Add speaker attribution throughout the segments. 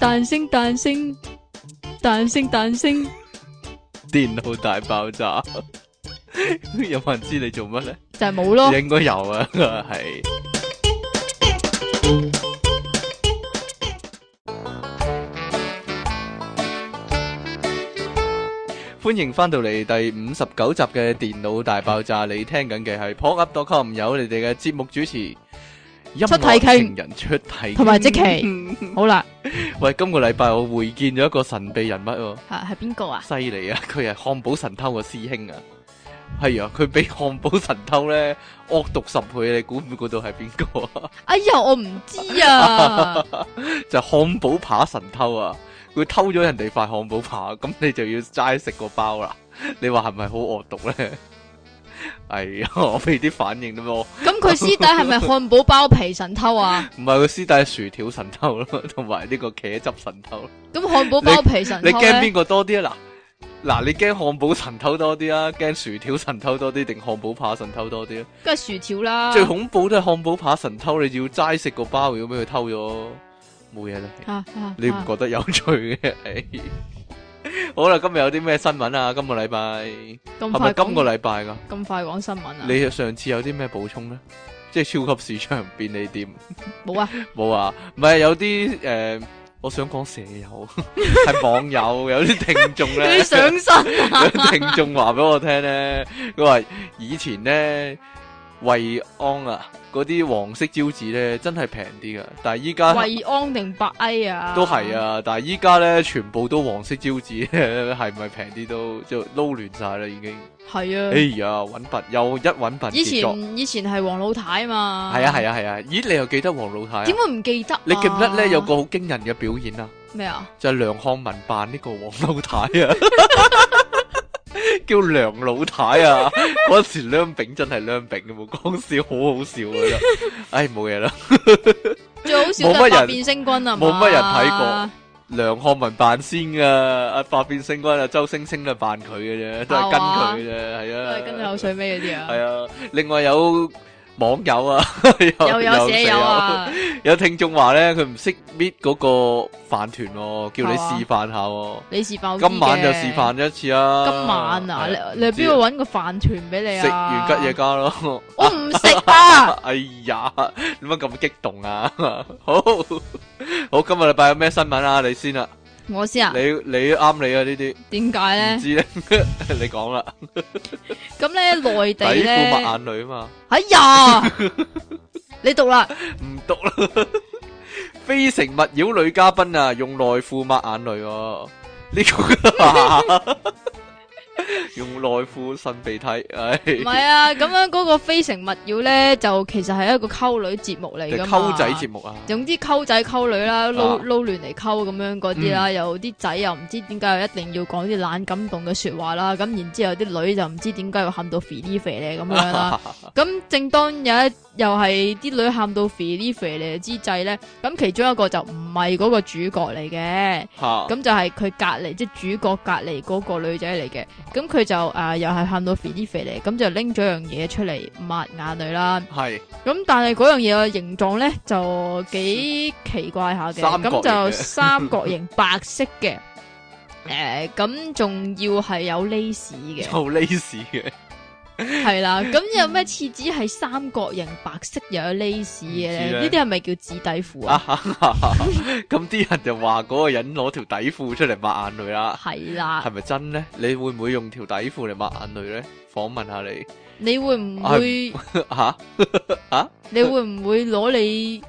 Speaker 1: 彈星彈星彈星彈星，
Speaker 2: 電腦大爆炸， 有冇人知你做乜咧？
Speaker 1: 就係冇咯。
Speaker 2: 應該有啊， 係。歡迎翻到嚟第五十九集嘅電腦大爆炸，你聽緊嘅係 popup.com 有你哋嘅節目主持，音
Speaker 1: 出體
Speaker 2: 樂
Speaker 1: 傾
Speaker 2: 情人出題
Speaker 1: 同埋即期好啦，
Speaker 2: 喂，今個禮拜我會見咗一個神秘人物喎。
Speaker 1: 吓係邊個啊？
Speaker 2: 犀利啊！ 佢係漢堡神偷個師兄啊，係啊，佢比漢堡神偷咧惡毒十倍，你估唔估到係邊個 啊？
Speaker 1: 哎呀，我唔知 啊，
Speaker 2: 就係漢堡扒神偷啊！佢偷咗人哋塊漢堡扒，咁你就要齋食個包啦。你話係咪好惡毒 咧？係啊， 我俾啲反應啫嘛，
Speaker 1: 咁佢師弟係咪漢堡包皮神偷啊？
Speaker 2: 唔係佢師弟係薯條神偷咯， 同埋呢個茄汁神偷。
Speaker 1: 咁漢堡包皮神
Speaker 2: 你
Speaker 1: 偷
Speaker 2: 驚邊
Speaker 1: 咧？
Speaker 2: 個多啲啊？嗱嗱，你驚漢堡神偷多啲啊？驚薯條神偷多啲定漢堡扒神偷多啲啊？
Speaker 1: 梗係薯條啦，
Speaker 2: 最恐怖都係漢堡扒神偷，你要齋食個包，如果俾佢偷咗，冇嘢啦。
Speaker 1: 啊啊
Speaker 2: 你唔
Speaker 1: 啊
Speaker 2: 覺得有趣 嘅？唉好啦，今日有啲咩新聞啊？今個禮拜係
Speaker 1: 咁
Speaker 2: 咪
Speaker 1: 快
Speaker 2: 今個
Speaker 1: 講
Speaker 2: 禮拜噶？
Speaker 1: 咁快講新聞啊？
Speaker 2: 你上次有啲咩補充咧？即係超級市場便利店
Speaker 1: 冇啊？
Speaker 2: 冇啊？唔係有啲誒，我想講舍友係網友，有啲聽眾 咧
Speaker 1: 你上 身啊？
Speaker 2: 有啲聽眾話俾我聽咧，佢話以前咧惠安啊，嗰啲黃色招紙咧真係平啲噶，但係依家
Speaker 1: 惠安定百 A 啊？
Speaker 2: 都係！啊，但係依家咧全部都黃色招紙 咧，係咪平啲都就撈亂晒啦已經。
Speaker 1: 係啊。
Speaker 2: 哎呀，揾笨又一揾笨
Speaker 1: 以
Speaker 2: 傑作，
Speaker 1: 前以前係黃老太嘛，
Speaker 2: 係啊係啊係啊，咦你又記得黃老太啊
Speaker 1: 點？會唔記得啊？
Speaker 2: 你記唔記得咧有個好驚人嘅表演啊？
Speaker 1: 咩啊？
Speaker 2: 就係梁漢文扮呢個黃老太啊， 叫梁老太啊。嗰時梁炳真係梁炳嘅，冇講笑，好好笑啊！真係唉，冇嘢啦。
Speaker 1: 最好笑
Speaker 2: 冇乜
Speaker 1: 嘅
Speaker 2: 人
Speaker 1: 百變星君啊嘛，
Speaker 2: 冇乜人睇過梁漢文扮先啊，阿百變星君啊，周星星啊扮佢嘅啫，都係跟佢嘅啫，係
Speaker 1: 哦都
Speaker 2: 啊，
Speaker 1: 係跟住口水尾嗰啲啊，
Speaker 2: 係啊。另外有網友啊，
Speaker 1: 又有舍友，啊，
Speaker 2: 有聽眾話咧，佢唔識搣嗰個飯團喎，叫你
Speaker 1: 係嘛
Speaker 2: 示範下喎。
Speaker 1: 你示範好啲嘅
Speaker 2: 今晚就示。範一次啊！
Speaker 1: 今晚啊，
Speaker 2: 係
Speaker 1: 你你邊度搵個飯團俾你
Speaker 2: 食
Speaker 1: 啊？
Speaker 2: 完吉嘢家咯？！
Speaker 1: 我唔食啊
Speaker 2: 哎呀，點解咁激動啊？ 好好，今日禮拜有咩新聞啊？你先啦，
Speaker 1: 我先啊
Speaker 2: 你，你啱你啊呢啲，
Speaker 1: 點解
Speaker 2: 唔
Speaker 1: 咧？
Speaker 2: 知 咧，你講啦，
Speaker 1: 咁咧內
Speaker 2: 底
Speaker 1: 地
Speaker 2: 褲抹
Speaker 1: 咧，
Speaker 2: 眼淚啊嘛，
Speaker 1: 哎呀，你讀啦，
Speaker 2: 唔讀啦。 非誠勿擾女嘉賓啊，用內褲抹眼淚喎，呢個 用內褲擤鼻涕，唉，
Speaker 1: 唔係啊？咁樣嗰個非誠勿擾咧，就其實係一個溝女節目嚟
Speaker 2: 就
Speaker 1: 噶嘛，
Speaker 2: 溝仔節目啊。
Speaker 1: 總之溝仔溝女啦，撈撈亂嚟溝咁樣嗰啲啦，有啲仔又唔知點解又一定要講啲懶感動嘅說話啦，咁然之後啲女就唔知點解又喊到肥呢肥咧咁樣啦。咁正當有一又係啲女喊到肥呢肥咧之際咧，咁其中一個就唔係嗰個主角嚟嘅，
Speaker 2: 吓，
Speaker 1: 咁就係佢隔離即係主角隔離嗰個女仔嚟嘅，咁佢就啊、又係喊到肥呢肥咧，咁就拎咗樣嘢出嚟抹眼淚啦。
Speaker 2: 係
Speaker 1: 咁但係嗰樣嘢嘅形狀咧就幾奇怪下嘅，
Speaker 2: 三角形
Speaker 1: 咁就
Speaker 2: 嘅
Speaker 1: 三角形白色 嘅，诶、咁仲要係有 lace 嘅，
Speaker 2: 有 lace 嘅。
Speaker 1: 係啦，咁有咩廁紙係三角形白色又有 lace 嘅
Speaker 2: 唔知
Speaker 1: 咧？
Speaker 2: 咧
Speaker 1: 呢啲係咪叫紙底褲
Speaker 2: 啊
Speaker 1: 啊？
Speaker 2: 哈哈哈 咁啲人就話嗰個人攞條底褲出嚟抹眼淚啦，
Speaker 1: 係啦
Speaker 2: 係，咪真呢？你會唔會用條底褲嚟抹眼淚呢？訪問下你
Speaker 1: 你會唔 會？
Speaker 2: 吓，啊
Speaker 1: 你會唔會攞你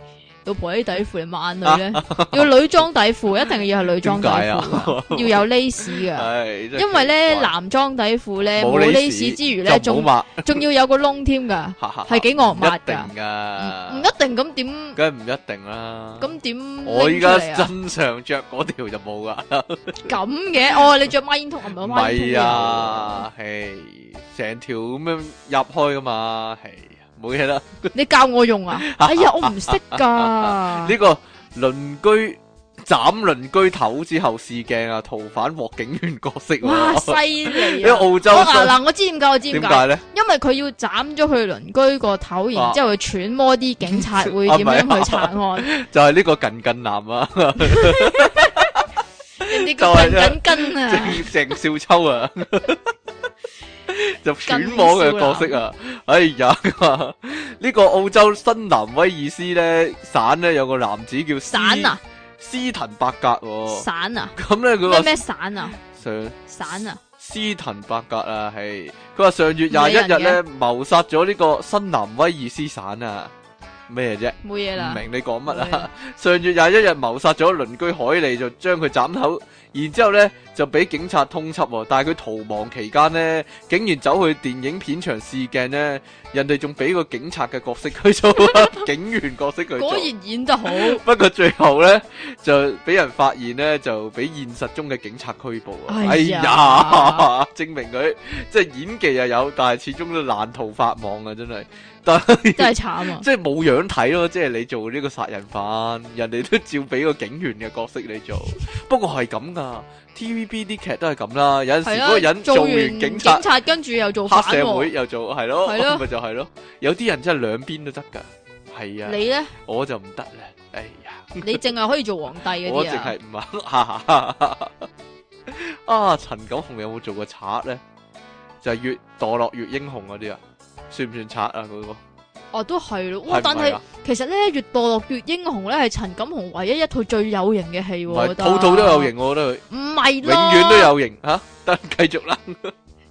Speaker 1: 老婆啲底褲嚟抹眼淚咧？要女裝底褲，一定要係女裝底
Speaker 2: 啊點解啊
Speaker 1: 褲㗎，要有 lace 噶。
Speaker 2: 唉真係
Speaker 1: 因為咧
Speaker 2: 奇怪
Speaker 1: 男裝底褲咧
Speaker 2: 冇
Speaker 1: 冇
Speaker 2: lace
Speaker 1: lace 之餘咧，
Speaker 2: 就唔好
Speaker 1: 仲
Speaker 2: 抹，
Speaker 1: 仲要有個窿 添噶，
Speaker 2: 哈哈哈
Speaker 1: 係幾惡抹
Speaker 2: 一
Speaker 1: 噶，
Speaker 2: 定
Speaker 1: 唔唔
Speaker 2: 噶，
Speaker 1: 一定咁點
Speaker 2: 梗係唔一定啦。
Speaker 1: 咁點
Speaker 2: 我依
Speaker 1: 拎出
Speaker 2: 家
Speaker 1: 嚟啊？
Speaker 2: 真上着嗰條就冇噶，
Speaker 1: 咁嘅哦，你着孖煙筒係咪
Speaker 2: 唔
Speaker 1: 有孖煙筒
Speaker 2: 係
Speaker 1: 嘅？
Speaker 2: 啊，係成條咁樣入開噶嘛，係冇嘢啦。
Speaker 1: 你教我用 啊？哎呀，我唔識噶，
Speaker 2: 呢個鄰居斬鄰居頭之後試鏡啊，逃犯獲警員角色 喎、
Speaker 1: 哇犀利
Speaker 2: 喺
Speaker 1: 啊！
Speaker 2: 澳洲
Speaker 1: 我
Speaker 2: 新
Speaker 1: 嗱嗱，我知點解，我知
Speaker 2: 點
Speaker 1: 點解，
Speaker 2: 解咧？
Speaker 1: 因為佢要斬咗佢鄰居個頭，然之後去揣摩 啲警察會點
Speaker 2: 啊唔係啊
Speaker 1: 樣去查案。
Speaker 2: 就係呢個近近男啊，
Speaker 1: 你叫
Speaker 2: 就係
Speaker 1: 平緊跟 啊！
Speaker 2: 鄭鄭少秋啊， 就揣摩嘅角色啊，哎呀，呢個澳洲新南威爾斯咧省咧有個男子叫斯
Speaker 1: 散啊，
Speaker 2: 斯滕伯格喎，
Speaker 1: 散啊，
Speaker 2: 咁咧哦佢
Speaker 1: 咩
Speaker 2: 話
Speaker 1: 咩散啊，
Speaker 2: 上
Speaker 1: 散啊，
Speaker 2: 斯滕伯格啊，係佢話上月廿一日
Speaker 1: 唔理
Speaker 2: 咧
Speaker 1: 人
Speaker 2: 謀殺咗呢個新南威爾斯省啊，咩啫？
Speaker 1: 冇嘢啦
Speaker 2: 唔。明你講乜
Speaker 1: 冇嘢
Speaker 2: 啊？上月廿一日謀殺咗鄰居海利，就將佢斬頭，然之後咧就俾警察通緝喎。但係佢逃亡期間呢，竟然走去電影片場試鏡呢，人哋仲俾個警察嘅角色佢做， 警員角色 佢
Speaker 1: 果
Speaker 2: 做。
Speaker 1: 然演得 好，
Speaker 2: 不過最後呢，就俾人發現呢，就俾現實中嘅警察拘捕啊！哎
Speaker 1: 哎
Speaker 2: 呀
Speaker 1: 呀，
Speaker 2: 證明佢即係演技又有，但係始終都難逃法網啊！真係，但係
Speaker 1: 真係 慘啊！
Speaker 2: 即係冇樣睇咯，即係你做呢個殺人犯，人哋都照俾個警員嘅角色你做。不過係咁噶，TVB 啲劇都係咁啦，有陣時
Speaker 1: 係
Speaker 2: 嗰個
Speaker 1: 啦，
Speaker 2: 人
Speaker 1: 做
Speaker 2: 做
Speaker 1: 完
Speaker 2: 完
Speaker 1: 警
Speaker 2: 警察、
Speaker 1: 察，跟住又做反
Speaker 2: 黑社
Speaker 1: 喎。
Speaker 2: 會又做，係咯，
Speaker 1: 係咯
Speaker 2: 咪就係咯。有啲人真係兩邊都得噶，係啊，
Speaker 1: 你咧，
Speaker 2: 我就唔得啦，哎呀，
Speaker 1: 你淨係可以做皇帝嗰
Speaker 2: 我
Speaker 1: 啲
Speaker 2: 淨
Speaker 1: 啊？
Speaker 2: 係唔啊，啊，陳錦鴻有冇做過賊咧？就係越墮落越英雄嗰啲啊，算唔算賊啊？嗰個
Speaker 1: 哦，都係咯。
Speaker 2: 係
Speaker 1: 哇！
Speaker 2: 唔
Speaker 1: 但
Speaker 2: 係
Speaker 1: 係
Speaker 2: 啊
Speaker 1: 其實咧，越墮落越英雄咧，係陳錦鴻唯一一套最有型嘅戲喎。
Speaker 2: 唔
Speaker 1: 我
Speaker 2: 係
Speaker 1: 覺得啊
Speaker 2: 套套都有，型，我覺得佢。
Speaker 1: 唔係
Speaker 2: 永
Speaker 1: 啦，
Speaker 2: 遠都。有型吓，得繼續啦，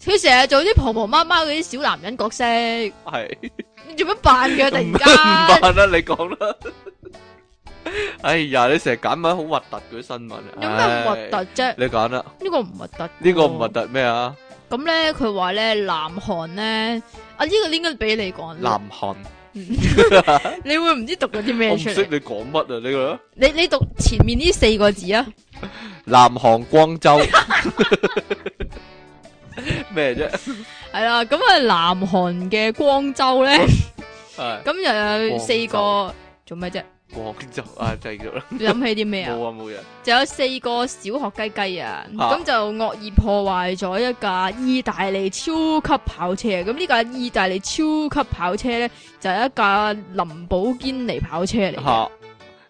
Speaker 1: 佢成日做啲婆婆媽媽嗰啲小男人角色， 你
Speaker 2: 係
Speaker 1: 做乜扮嘅？突然
Speaker 2: 唔得唔扮
Speaker 1: 間，
Speaker 2: 啦，你講啦。哎呀，你成日揀埋好核突嗰啲新聞，啊
Speaker 1: 有咩咁核突哦
Speaker 2: 唉？
Speaker 1: 啫？
Speaker 2: 你揀啦，
Speaker 1: 呢個唔核突喎，
Speaker 2: 呢個唔核突咩啊？
Speaker 1: 咁咧，佢話咧，南韓咧，啊呢個應該俾你講，
Speaker 2: 南韓，
Speaker 1: 你會唔知讀咗啲
Speaker 2: 我
Speaker 1: 咩
Speaker 2: 唔
Speaker 1: 出
Speaker 2: 識
Speaker 1: 嚟？
Speaker 2: 你講乜啊？呢個
Speaker 1: 你你讀前面呢四個字啊？
Speaker 2: 南韓光州 咩啫？
Speaker 1: 係啦，咁啊，南韓嘅光州咧，
Speaker 2: 係
Speaker 1: 咁又有四個做咩啫？
Speaker 2: 光州啊，繼續啦，
Speaker 1: 你諗起啲 咩啊？
Speaker 2: 冇啊冇嘢，
Speaker 1: 就有四個小學雞雞啊，
Speaker 2: 啊
Speaker 1: 咁就惡意破壞咗一架意大利超級跑車。咁呢架意大利超級跑車咧，就係一架林寶堅尼跑車嚟嘅。
Speaker 2: 吓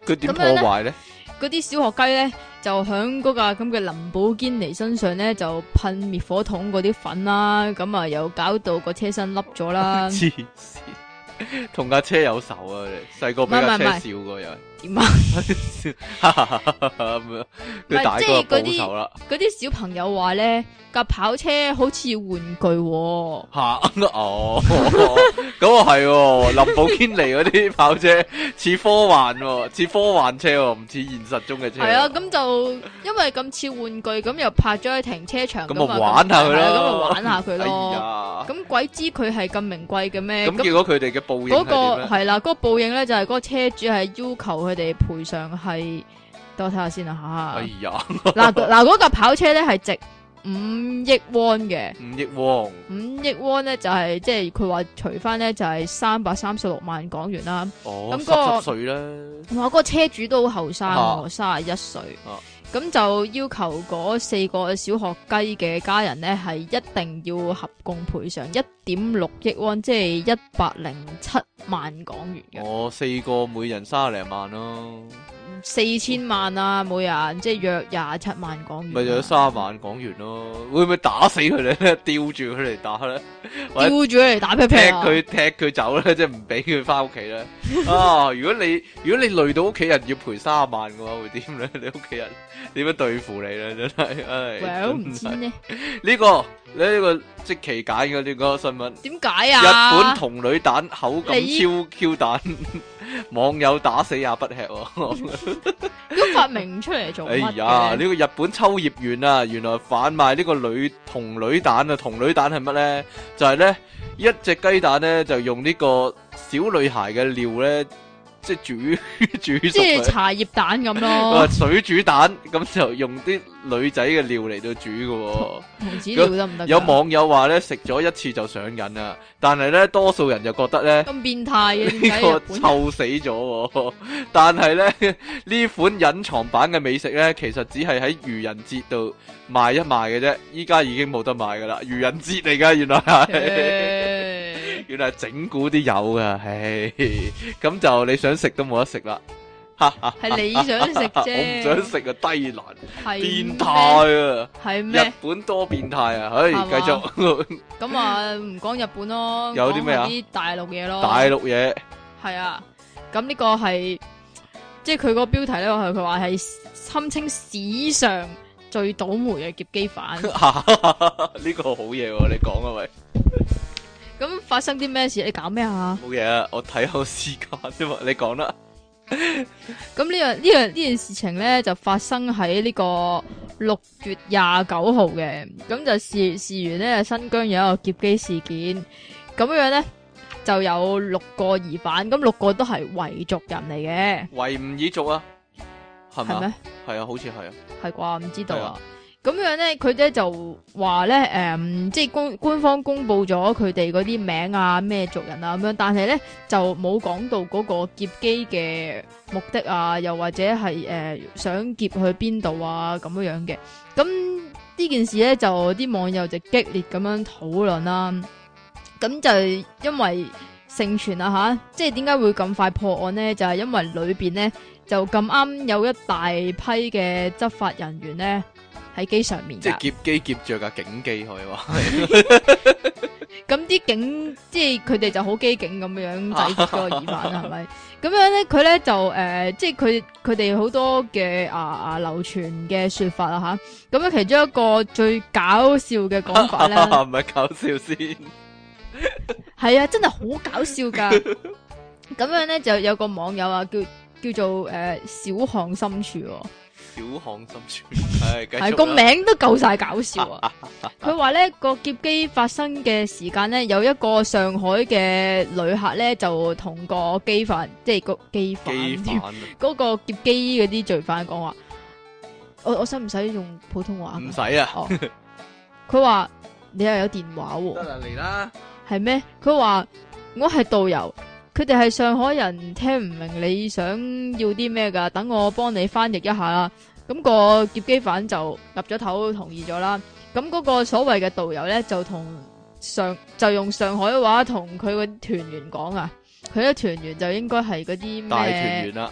Speaker 2: 佢點
Speaker 1: 咁
Speaker 2: 破
Speaker 1: 樣呢
Speaker 2: 壞咧？
Speaker 1: 嗰啲小學雞咧，就喺嗰架咁嘅林寶堅尼身上咧，就噴滅火筒嗰啲粉啦，咁啊又搞到個車身凹咗 啦。
Speaker 2: 黐線，同架車有仇啊！你細個俾架車笑過有人。
Speaker 1: 點啊？
Speaker 2: 咁样，佢大個就報仇啦，
Speaker 1: 嗰啲小朋友話咧，架跑車好似玩具、喎，
Speaker 2: 吓 哦，咁啊係喎，林寶堅尼嗰啲跑車似科幻喎，似科幻車喎，唔似現實中嘅車。
Speaker 1: 係啊，咁就因為咁似玩具，咁又拍咗喺停車場
Speaker 2: 咁
Speaker 1: 咁
Speaker 2: 咪
Speaker 1: 啊，
Speaker 2: 玩下佢
Speaker 1: 係
Speaker 2: 咯
Speaker 1: 啊咁咪玩下佢咯。
Speaker 2: 哎
Speaker 1: 咁鬼知佢係咁名貴嘅咩？
Speaker 2: 呀，咁
Speaker 1: 咁
Speaker 2: 結果佢哋嘅報
Speaker 1: 嗰
Speaker 2: 應係
Speaker 1: 個
Speaker 2: 點咧？
Speaker 1: 係啦，嗰個報應咧就係嗰個車主係要求佢哋賠償係，等我睇下先啊吓
Speaker 2: 哎。呀，
Speaker 1: 嗱嗱嗰架跑車咧係值五億 won 嘅，
Speaker 2: 五億汪，
Speaker 1: 五億 won 咧就係即係佢話除翻咧就係三百三十六萬港元啦。
Speaker 2: 哦，
Speaker 1: 咁
Speaker 2: 十
Speaker 1: 嗰個
Speaker 2: 十歲啦，
Speaker 1: 我嗰個車主都好後生
Speaker 2: 啊
Speaker 1: 喎，三十一歲
Speaker 2: 啊。
Speaker 1: 咁就要求嗰四個小學雞嘅家人咧，係一定要合共賠償一點六億 won，即係一百零七萬港元嘅
Speaker 2: 我哦四個每人三十零萬咯，
Speaker 1: 四千萬啊，每人即係約廿七萬港元啊。
Speaker 2: 咪就有三萬港元咯，會唔會打死佢哋咧？ 吊住佢嚟打
Speaker 1: 啊
Speaker 2: 咧？或
Speaker 1: 吊
Speaker 2: 者
Speaker 1: 住佢嚟打
Speaker 2: 踢
Speaker 1: pat pat 啊
Speaker 2: 佢踢佢走咧，即係唔俾佢翻屋企 咧。啊！如果你如果你累到屋企人要賠三萬嘅話，會點咧？ 你屋企人點樣對付你咧？真係，唉，
Speaker 1: ，well 唔
Speaker 2: 真
Speaker 1: 知
Speaker 2: 係
Speaker 1: 呢？
Speaker 2: 呢個你呢個即期解嘅呢個新聞，
Speaker 1: 點解
Speaker 2: 日
Speaker 1: 啊？
Speaker 2: 本童女蛋口感
Speaker 1: 你
Speaker 2: 超 Q 蛋， 網友打死也不吃喎。
Speaker 1: 咁發明出嚟做
Speaker 2: 哎
Speaker 1: 乜
Speaker 2: 呀！呢、
Speaker 1: 嘅？
Speaker 2: 個日本秋葉原啊，原來販賣呢個女童女蛋啊，童女蛋係乜呢？就係、呢，一隻雞蛋呢，就用呢個小女孩嘅尿呢，即係煮 煮熟
Speaker 1: 即係
Speaker 2: 佢，
Speaker 1: 茶葉蛋咁
Speaker 2: 話
Speaker 1: 咯，
Speaker 2: 水煮蛋，咁就用啲女仔嘅尿嚟到煮嘅喎。
Speaker 1: 同紙尿得唔得㗎？
Speaker 2: 有網友話呢，食咗一次就上癮啊，但係呢，多數人就覺得呢。
Speaker 1: 咁變態嘅，
Speaker 2: 呢
Speaker 1: 點解
Speaker 2: 個
Speaker 1: 日本人
Speaker 2: 臭死咗喎！但係咧，呢 款隱藏版嘅美食咧，其實只係喺愚人節度賣一賣嘅啫，依家已經冇得賣噶啦，愚人節嚟噶，原來 係，
Speaker 1: 誒
Speaker 2: 原來係整蠱啲友噶，唉，咁就你想食都冇得食啦，
Speaker 1: 系你想食
Speaker 2: 我唔想
Speaker 1: 啫，
Speaker 2: 食啊，低能
Speaker 1: 系
Speaker 2: 變態啊！
Speaker 1: 系
Speaker 2: 日
Speaker 1: 咩？
Speaker 2: 本多變態啊！唉，
Speaker 1: 係嘛
Speaker 2: 繼續
Speaker 1: 咁啊，唔讲日本咯，
Speaker 2: 有啲咩
Speaker 1: 講
Speaker 2: 啊
Speaker 1: 下啲大陸嘢咯，
Speaker 2: 大陸嘢
Speaker 1: 系啊，咁呢個係即係佢個標題咧，佢佢話係堪稱史上最倒霉嘅劫機 犯。
Speaker 2: 呢個好嘢喎！你講啊喂，
Speaker 1: 咁發生啲咩事？你搞咩啊？
Speaker 2: 冇嘢啊！我睇下個時間啫嘛，你講啦。
Speaker 1: 咁呢樣呢樣呢件事情咧，就發生喺呢個六月廿九號嘅。咁就事事緣咧，新疆有一個劫機事件，咁樣咧就有六個疑犯，咁六個都係維族人嚟嘅，
Speaker 2: 維吾爾族啊，係
Speaker 1: 係
Speaker 2: 咪
Speaker 1: 咩
Speaker 2: 啊？？係啊，好似係啊。
Speaker 1: 系啩？唔知道
Speaker 2: 係
Speaker 1: 啊
Speaker 2: 啊。
Speaker 1: 咁樣咧，佢咧就話咧，诶、即系官官方公布咗佢哋嗰啲名啊、咩族人啊咁樣，但係咧就冇講到嗰個劫機嘅目的啊，又或者係诶、誒想劫去邊度啊咁樣樣嘅。咁呢件事咧就啲網友就激烈咁樣討論啦。咁就因為盛傳啊吓，即係點解會咁快破案呢？就係因為裏边咧。就咁啱有一大批嘅執法人員咧喺機上面
Speaker 2: 即
Speaker 1: 㗎
Speaker 2: 係，劫機劫着架警機可以話，
Speaker 1: 咁啲警即係佢哋就好機警咁樣制止嗰個疑犯啦，係咪？咁樣咧，佢咧就誒、呃即係佢佢哋好多嘅啊啊流傳嘅説法啦吓，咁樣啊其中一個最搞笑嘅講法 咧，
Speaker 2: 唔係搞笑先。
Speaker 1: 係啊，真係好搞笑㗎。 咁樣咧就有個網友啊，叫叫做誒、呃小巷深處喎、
Speaker 2: 小巷深處，係繼續啦
Speaker 1: 系个名都夠晒搞笑 啊！佢話咧個劫機發生嘅時間咧，有一個上海嘅旅客咧就同個機犯，即係個機犯
Speaker 2: 機啊
Speaker 1: 添
Speaker 2: 反
Speaker 1: 嗰個劫機嗰啲罪犯講話，我我使唔使用普通話
Speaker 2: 唔
Speaker 1: 㗎？
Speaker 2: 使啊，
Speaker 1: 哦，佢話你又有電話喎、
Speaker 2: 得啦嚟啦，
Speaker 1: 係咩？佢話我係導遊，佢哋係上海人，聽唔明你想要啲咩㗎，等我幫你翻譯一下啦。咁、個劫機犯就岌咗頭同意咗啦。咁嗰個所謂嘅導遊呢，就同上就用上海話同佢個團員講啊，佢啲團員就應該係嗰啲
Speaker 2: 大團
Speaker 1: 咩？
Speaker 2: 圓啦，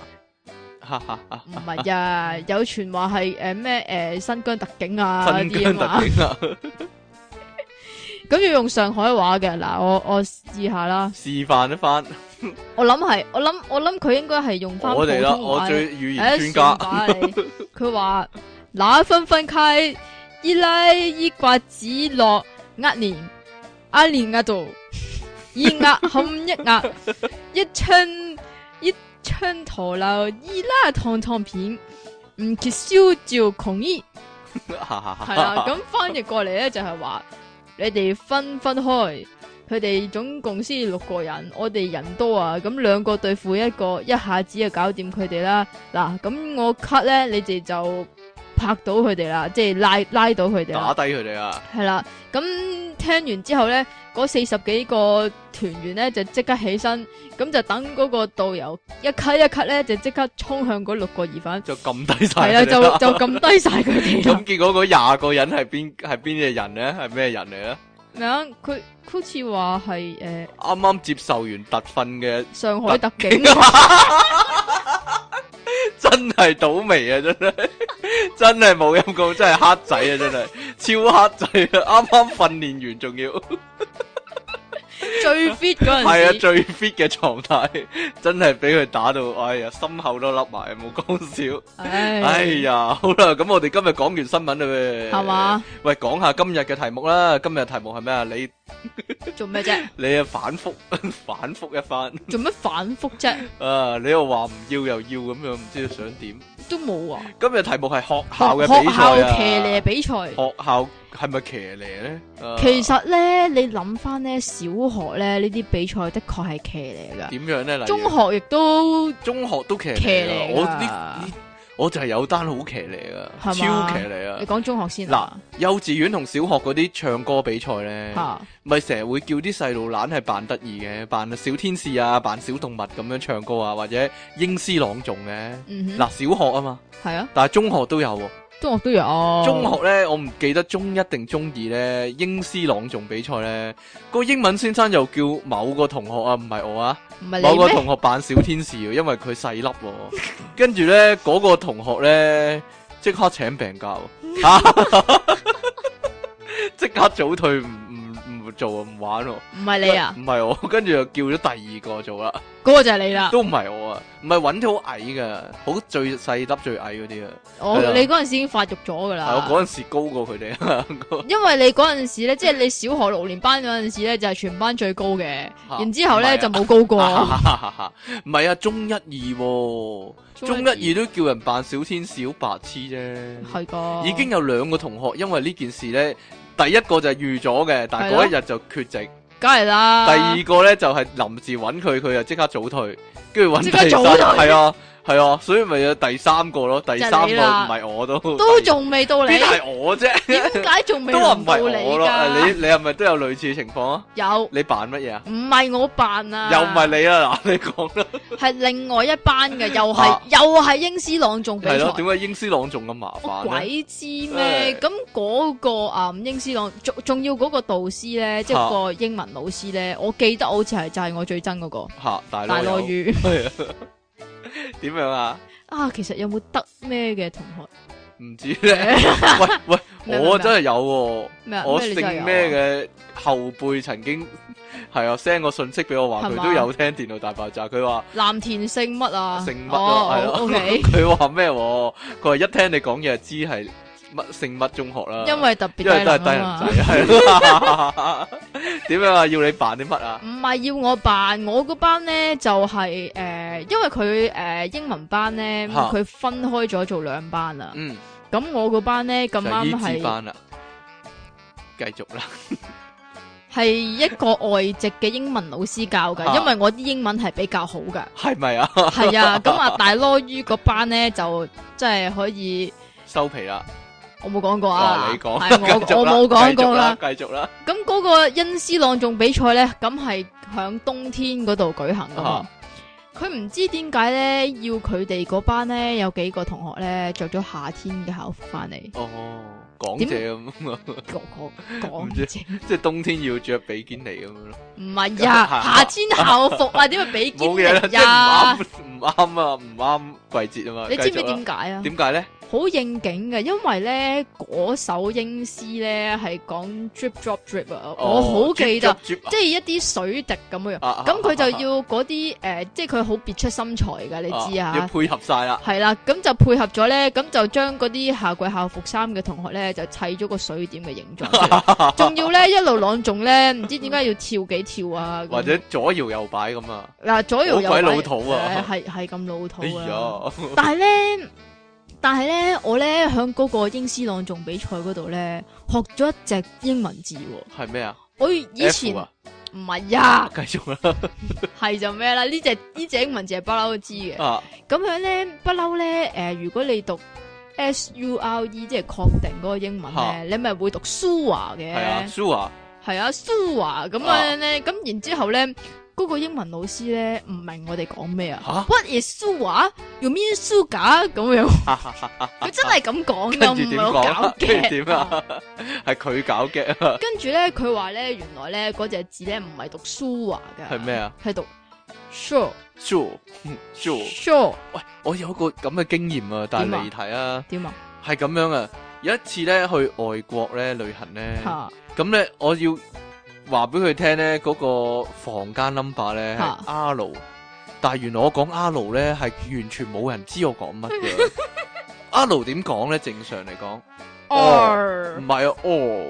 Speaker 2: 哈哈哈，
Speaker 1: 唔係 啊，有傳話係誒呃咩誒新疆特警啊嗰
Speaker 2: 新
Speaker 1: 啲啊
Speaker 2: 疆
Speaker 1: 嘛。
Speaker 2: 特警啦，
Speaker 1: 咁要用上海話嘅嗱，我我試下啦。
Speaker 2: 示範一番，
Speaker 1: 我諗係，我諗我諗佢應該係用翻普
Speaker 2: 我哋啦，
Speaker 1: 通
Speaker 2: 我
Speaker 1: 話咧。
Speaker 2: 最語
Speaker 1: 哎
Speaker 2: 言專家，
Speaker 1: 算吧你佢話嗱分分開，伊拉伊瓜子落呃年，阿年阿度，伊壓冚一 壓，一槍一槍陀流，伊拉糖糖片，唔揭燒照窮醫。
Speaker 2: 哈哈哈
Speaker 1: 係啦，啊咁翻譯過嚟咧就係話你哋分分開，佢哋總共先六個人，我哋人多啊，咁兩個對付一個，一下子就搞掂佢哋啦。嗱，咁我 cut 咧，你哋就拍到佢哋啦，即係拉拉到佢哋
Speaker 2: 打
Speaker 1: 啦，
Speaker 2: 低佢哋啊，
Speaker 1: 係啦。咁聽完之後咧，嗰四十幾個團員咧就即刻起身，咁就等嗰個導遊一 cut 一 cut 咧，就即刻衝向嗰六個疑 犯，
Speaker 2: 就撳低晒
Speaker 1: 係啦，
Speaker 2: 佢
Speaker 1: 就
Speaker 2: 哋啦，
Speaker 1: 就撳低晒佢哋啦
Speaker 2: 咁。結果嗰廿個人係邊係邊嘅人咧？係咩人嚟咧？
Speaker 1: 咩啊？佢佢好似話係诶
Speaker 2: 啱啱接受完特訓嘅，
Speaker 1: 上海特警，
Speaker 2: 真係倒霉啊！真係 真係冇陰功，真係黑仔啊！真係超黑仔啊！啱啱訓練完仲要。
Speaker 1: 最 fit 嗰
Speaker 2: 系啊，
Speaker 1: 陣時，
Speaker 2: 最 fit 嘅狀態，真係俾佢打到，哎呀，心口都凹埋，冇講笑。哎
Speaker 1: 唉，
Speaker 2: 呀，好啦，咁我哋今日講完新聞啦喂，
Speaker 1: 係嘛？
Speaker 2: 喂，講下今日嘅題目啦，今日題目係咩啊？你
Speaker 1: 做咩啫？
Speaker 2: 你啊反覆 反覆一番，
Speaker 1: 做乜反覆啫？
Speaker 2: 啊，你又話唔要又要咁樣，唔知想點？
Speaker 1: 都冇啊！
Speaker 2: 今日題目係學校
Speaker 1: 學
Speaker 2: 嘅比賽
Speaker 1: 校
Speaker 2: 啊，
Speaker 1: 騎呢比賽，
Speaker 2: 學校係咪騎呢咧？啊
Speaker 1: 其實咧，你諗翻咧，小學咧呢啲比賽的確係騎呢
Speaker 2: 點樣咧？例
Speaker 1: 噶，
Speaker 2: 如
Speaker 1: 中學亦都
Speaker 2: 中學都騎呢
Speaker 1: 騎
Speaker 2: 啊
Speaker 1: 呢
Speaker 2: 我
Speaker 1: 㗎
Speaker 2: 呢呢我就係有單好騎呢啊，超
Speaker 1: 係嘛
Speaker 2: 騎呢啊
Speaker 1: 你！講中學先
Speaker 2: 嗱
Speaker 1: 啊，
Speaker 2: 幼稚園同小學嗰啲唱歌比賽咧，
Speaker 1: 嚇
Speaker 2: 咪成日會叫啲細路懶係扮得意嘅，扮小天使啊，扮小動物咁樣唱歌啊，或者英詩朗誦嘅。
Speaker 1: 嗯
Speaker 2: 嗱、
Speaker 1: 哼，
Speaker 2: 小學啊嘛，
Speaker 1: 係啊，
Speaker 2: 但係中學都有喎，
Speaker 1: 中學都有。
Speaker 2: 中學咧，我唔記得中一定中二咧，英詩朗誦比賽咧，個英文先生又叫某個同學啊，唔係我啊，
Speaker 1: 唔係
Speaker 2: 某
Speaker 1: 你
Speaker 2: 個
Speaker 1: 咩？
Speaker 2: 同學扮小天使喎，因為佢細粒喎。跟住咧，嗰、個同學咧即刻請病假 喎，啊即刻早退，唔唔唔做啊，唔玩喎。
Speaker 1: 唔係你啊，
Speaker 2: 唔係我，跟住又叫咗第二個做啦，
Speaker 1: 嗰個就係你啦。
Speaker 2: 都唔係我啊，唔係揾啲好矮嘅，好最細粒最矮嗰啲啊。
Speaker 1: 我
Speaker 2: 係啊
Speaker 1: 你嗰陣時已經發育咗噶
Speaker 2: 係我
Speaker 1: 啦。
Speaker 2: 嗰陣時高過佢哋啊。
Speaker 1: 因為你嗰陣時咧，即係你小學六年班嗰陣時咧，就係全班最高嘅，
Speaker 2: 嚇
Speaker 1: 然之後
Speaker 2: 唔係啊
Speaker 1: 咧就冇高 過。
Speaker 2: 唔係啊，中一二喎，中一二都叫人扮小天使，好白痴啫。
Speaker 1: 係啊噶，
Speaker 2: 已經有兩個同學因為呢件事呢，第一個就係預咗嘅，但係嗰一日就缺席；
Speaker 1: 梗係啦。
Speaker 2: 第二個呢，就係臨時揾佢，佢就即刻早退，跟住揾
Speaker 1: 即
Speaker 2: 第
Speaker 1: 刻
Speaker 2: 三
Speaker 1: 早
Speaker 2: 個，
Speaker 1: 退
Speaker 2: 係啊係啊，所以咪有第三個咯，第
Speaker 1: 就係
Speaker 2: 三個唔
Speaker 1: 你啦
Speaker 2: 係我都
Speaker 1: 都
Speaker 2: 第二
Speaker 1: 仲未到
Speaker 2: 個
Speaker 1: 你
Speaker 2: 邊，係我啫，
Speaker 1: 點解仲未
Speaker 2: 都話
Speaker 1: 輪
Speaker 2: 唔
Speaker 1: 到
Speaker 2: 係我
Speaker 1: 你
Speaker 2: 咯。
Speaker 1: 噶？
Speaker 2: 你你係咪都有類似情況啊？
Speaker 1: 有
Speaker 2: 你扮乜嘢啊？
Speaker 1: 唔係我扮啊？
Speaker 2: 又唔係你啦，嗱你 講啦。
Speaker 1: 你，係另外一班 嘅，又係
Speaker 2: 啊
Speaker 1: 又係英詩朗誦比
Speaker 2: 系咯，
Speaker 1: 賽。
Speaker 2: 點解英斯朗仲咁麻
Speaker 1: 我
Speaker 2: 煩咧？
Speaker 1: 鬼知
Speaker 2: 唉
Speaker 1: 咩？咁嗰、個啊、嗯英斯朗，仲仲要嗰個導師咧，
Speaker 2: 啊
Speaker 1: 即係個英文老師咧，我記得好似係就係我最憎嗰、個
Speaker 2: 吓大
Speaker 1: 大
Speaker 2: 佬
Speaker 1: 羅魚
Speaker 2: 點樣啊？
Speaker 1: 啊！其實有冇得咩嘅同學
Speaker 2: 唔知咧。喂
Speaker 1: 咩
Speaker 2: 喂，
Speaker 1: 咩啊
Speaker 2: 我真係有喎，
Speaker 1: 咩啊？
Speaker 2: 我
Speaker 1: 咩你
Speaker 2: 姓
Speaker 1: 真係有啊
Speaker 2: 咩嘅後輩曾經 係啊 send 個信息俾我話
Speaker 1: 係
Speaker 2: 佢
Speaker 1: 嘛
Speaker 2: 都有聽電腦大爆炸，佢話
Speaker 1: 藍田姓乜啊？
Speaker 2: 姓乜啊？係
Speaker 1: 哦
Speaker 2: 啊
Speaker 1: ，O K，
Speaker 2: 佢話咩喎？佢話一聽你講嘢就知係乜姓乜中學啦，
Speaker 1: 因為特別低
Speaker 2: 啊因為都係
Speaker 1: 能
Speaker 2: 低
Speaker 1: 啊嘛。
Speaker 2: 人仔， 係點樣啊？要你扮啲乜啊？
Speaker 1: 唔係要我扮，我嗰班咧就係、誒、因為佢誒、英文班咧，
Speaker 2: 嚇
Speaker 1: 佢分開咗做兩班啦。
Speaker 2: 嗯。
Speaker 1: 咁我嗰班咧咁
Speaker 2: 就係
Speaker 1: 啱
Speaker 2: 醫治
Speaker 1: 係
Speaker 2: 班啦，繼續啦，
Speaker 1: 係一個外籍嘅英文老師教
Speaker 2: 嚇
Speaker 1: 㗎，因為我啲英文係比較好 㗎。
Speaker 2: 係咪啊？
Speaker 1: 係啊，咁啊大羅於嗰班咧就真係可以，
Speaker 2: 收皮啦，
Speaker 1: 我冇講過啊
Speaker 2: 哦哇！，你講，
Speaker 1: 係我
Speaker 2: 繼續啦
Speaker 1: 我冇講過啦。
Speaker 2: 繼續啦，
Speaker 1: 咁嗰個恩斯朗誦比賽咧，咁係響冬天嗰度舉行噶嘛
Speaker 2: 啊。
Speaker 1: 佢唔、知點解咧，要佢哋嗰班咧有幾個同學咧着咗夏天嘅校服 翻嚟，
Speaker 2: 繼續啦哦，港姐咁，
Speaker 1: 個個
Speaker 2: 唔
Speaker 1: 講
Speaker 2: 知
Speaker 1: 正
Speaker 2: 即係冬天要着比堅尼咁樣咯，
Speaker 1: 唔係 啊，夏天校服啊，點會比
Speaker 2: 冇嘢啦，
Speaker 1: 堅
Speaker 2: 即
Speaker 1: 尼啊？
Speaker 2: 係唔啱，唔啱啊，唔啱季節啊嘛，
Speaker 1: 你知唔知
Speaker 2: 繼續啦
Speaker 1: 點解啊？
Speaker 2: 點解咧？
Speaker 1: 好應景嘅，因為咧嗰首英詩咧係講 drip drop drip 啊，
Speaker 2: 哦
Speaker 1: 我好記得，
Speaker 2: 即
Speaker 1: 即係一啲水滴咁樣。咁
Speaker 2: 咁
Speaker 1: 佢就要嗰啲誒，即係佢好別出心裁㗎，你知
Speaker 2: 哦要
Speaker 1: 啊？
Speaker 2: 配合晒啦，
Speaker 1: 係啦，咁就配合咗咧，咁就將嗰啲夏季校服衫嘅同學咧，就砌咗個水點嘅形狀出 嚟，仲要咧一路朗誦咧，唔知點解要跳幾跳啊？咁
Speaker 2: 或者左搖右擺咁啊，
Speaker 1: 嗱左搖右
Speaker 2: 好鬼
Speaker 1: 擺
Speaker 2: 老土啊
Speaker 1: 誒係係咁老土
Speaker 2: 哎
Speaker 1: 啊！
Speaker 2: 呀，
Speaker 1: 但係咧，但係咧，我咧喺嗰個英詩朗誦比賽嗰度咧，學咗一隻英文字喎。
Speaker 2: 係咩啊？
Speaker 1: 我以前啊
Speaker 2: F 啊，
Speaker 1: 唔係呀，
Speaker 2: 繼續啊啦，
Speaker 1: 係就咩啦？呢隻呢隻英文字係不嬲都知嘅。
Speaker 2: 啊，
Speaker 1: 咁樣咧，不嬲咧，誒、如果你讀 S U R E 即係確定嗰個英文
Speaker 2: 嚇
Speaker 1: 咧，你咪會讀 sure 嘅，
Speaker 2: 係啊，Sure，
Speaker 1: 係啊 sure 咁樣咧，咁、然之後咧，嗰、個英文老師咧唔明我哋講咩啊
Speaker 2: 嚇
Speaker 1: ？What is sure？You mean sugar 咁 樣？佢真係咁講
Speaker 2: 跟
Speaker 1: 㗎，
Speaker 2: 住
Speaker 1: 唔
Speaker 2: 點
Speaker 1: 係我
Speaker 2: 講
Speaker 1: 搞
Speaker 2: 啊？跟住
Speaker 1: 嘅。
Speaker 2: 點啊？係佢搞嘅啊，
Speaker 1: 跟住咧，佢話咧，原來咧嗰隻字咧唔係讀 sure 㗎，
Speaker 2: 係咩啊？
Speaker 1: 係讀 sure
Speaker 2: Sure，Sure。
Speaker 1: sure
Speaker 2: 嗯我有個咁嘅經驗啊，但
Speaker 1: 點啊
Speaker 2: 係離題啊，
Speaker 1: 點啊？
Speaker 2: 係咁樣啊。有一次咧去外國咧旅行咧，
Speaker 1: 嚇
Speaker 2: 咁咧我要話俾佢聽咧嗰個房間 number 咧係
Speaker 1: 嚇
Speaker 2: R，但係原來我講 R 咧係完全冇人知我講乜嘅。R 點講咧？正常嚟講，唔
Speaker 1: or
Speaker 2: 係啊，O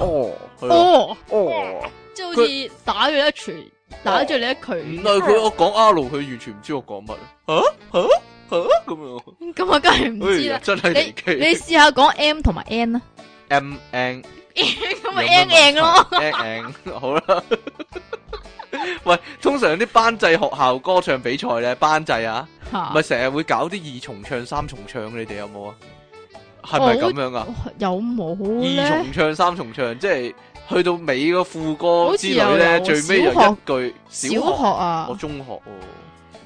Speaker 1: or
Speaker 2: O 係咯
Speaker 1: or。
Speaker 2: O。
Speaker 1: 哦即係好似打咗一拳，打咗你一
Speaker 2: 哦唔
Speaker 1: 拳。
Speaker 2: 係哦佢，我講 R，佢完全唔知我講乜。嚇嚇嚇咁樣，
Speaker 1: 咁我梗係唔
Speaker 2: 哎
Speaker 1: 知
Speaker 2: 呀
Speaker 1: 啦。
Speaker 2: 真係
Speaker 1: 你
Speaker 2: 離
Speaker 1: 你
Speaker 2: 奇。
Speaker 1: 試下講 M 同埋 N 啦，
Speaker 2: M N
Speaker 1: 咁
Speaker 2: 啊
Speaker 1: 咪 N N 咯。
Speaker 2: ，N N 好啦。喂，通常啲班際學校歌唱比賽咧，班際啊，
Speaker 1: 嚇
Speaker 2: 咪成日會搞啲二重唱、三重唱，你哋有冇啊？係咪咁樣啊？
Speaker 1: 有冇
Speaker 2: 二
Speaker 1: 咧？
Speaker 2: 重唱、三重唱，即係去到尾個副歌
Speaker 1: 好
Speaker 2: 之
Speaker 1: 似
Speaker 2: 類
Speaker 1: 又
Speaker 2: 咧，
Speaker 1: 有
Speaker 2: 最尾就
Speaker 1: 小學
Speaker 2: 一句
Speaker 1: 小學
Speaker 2: 我
Speaker 1: 啊，
Speaker 2: 中學喎，哦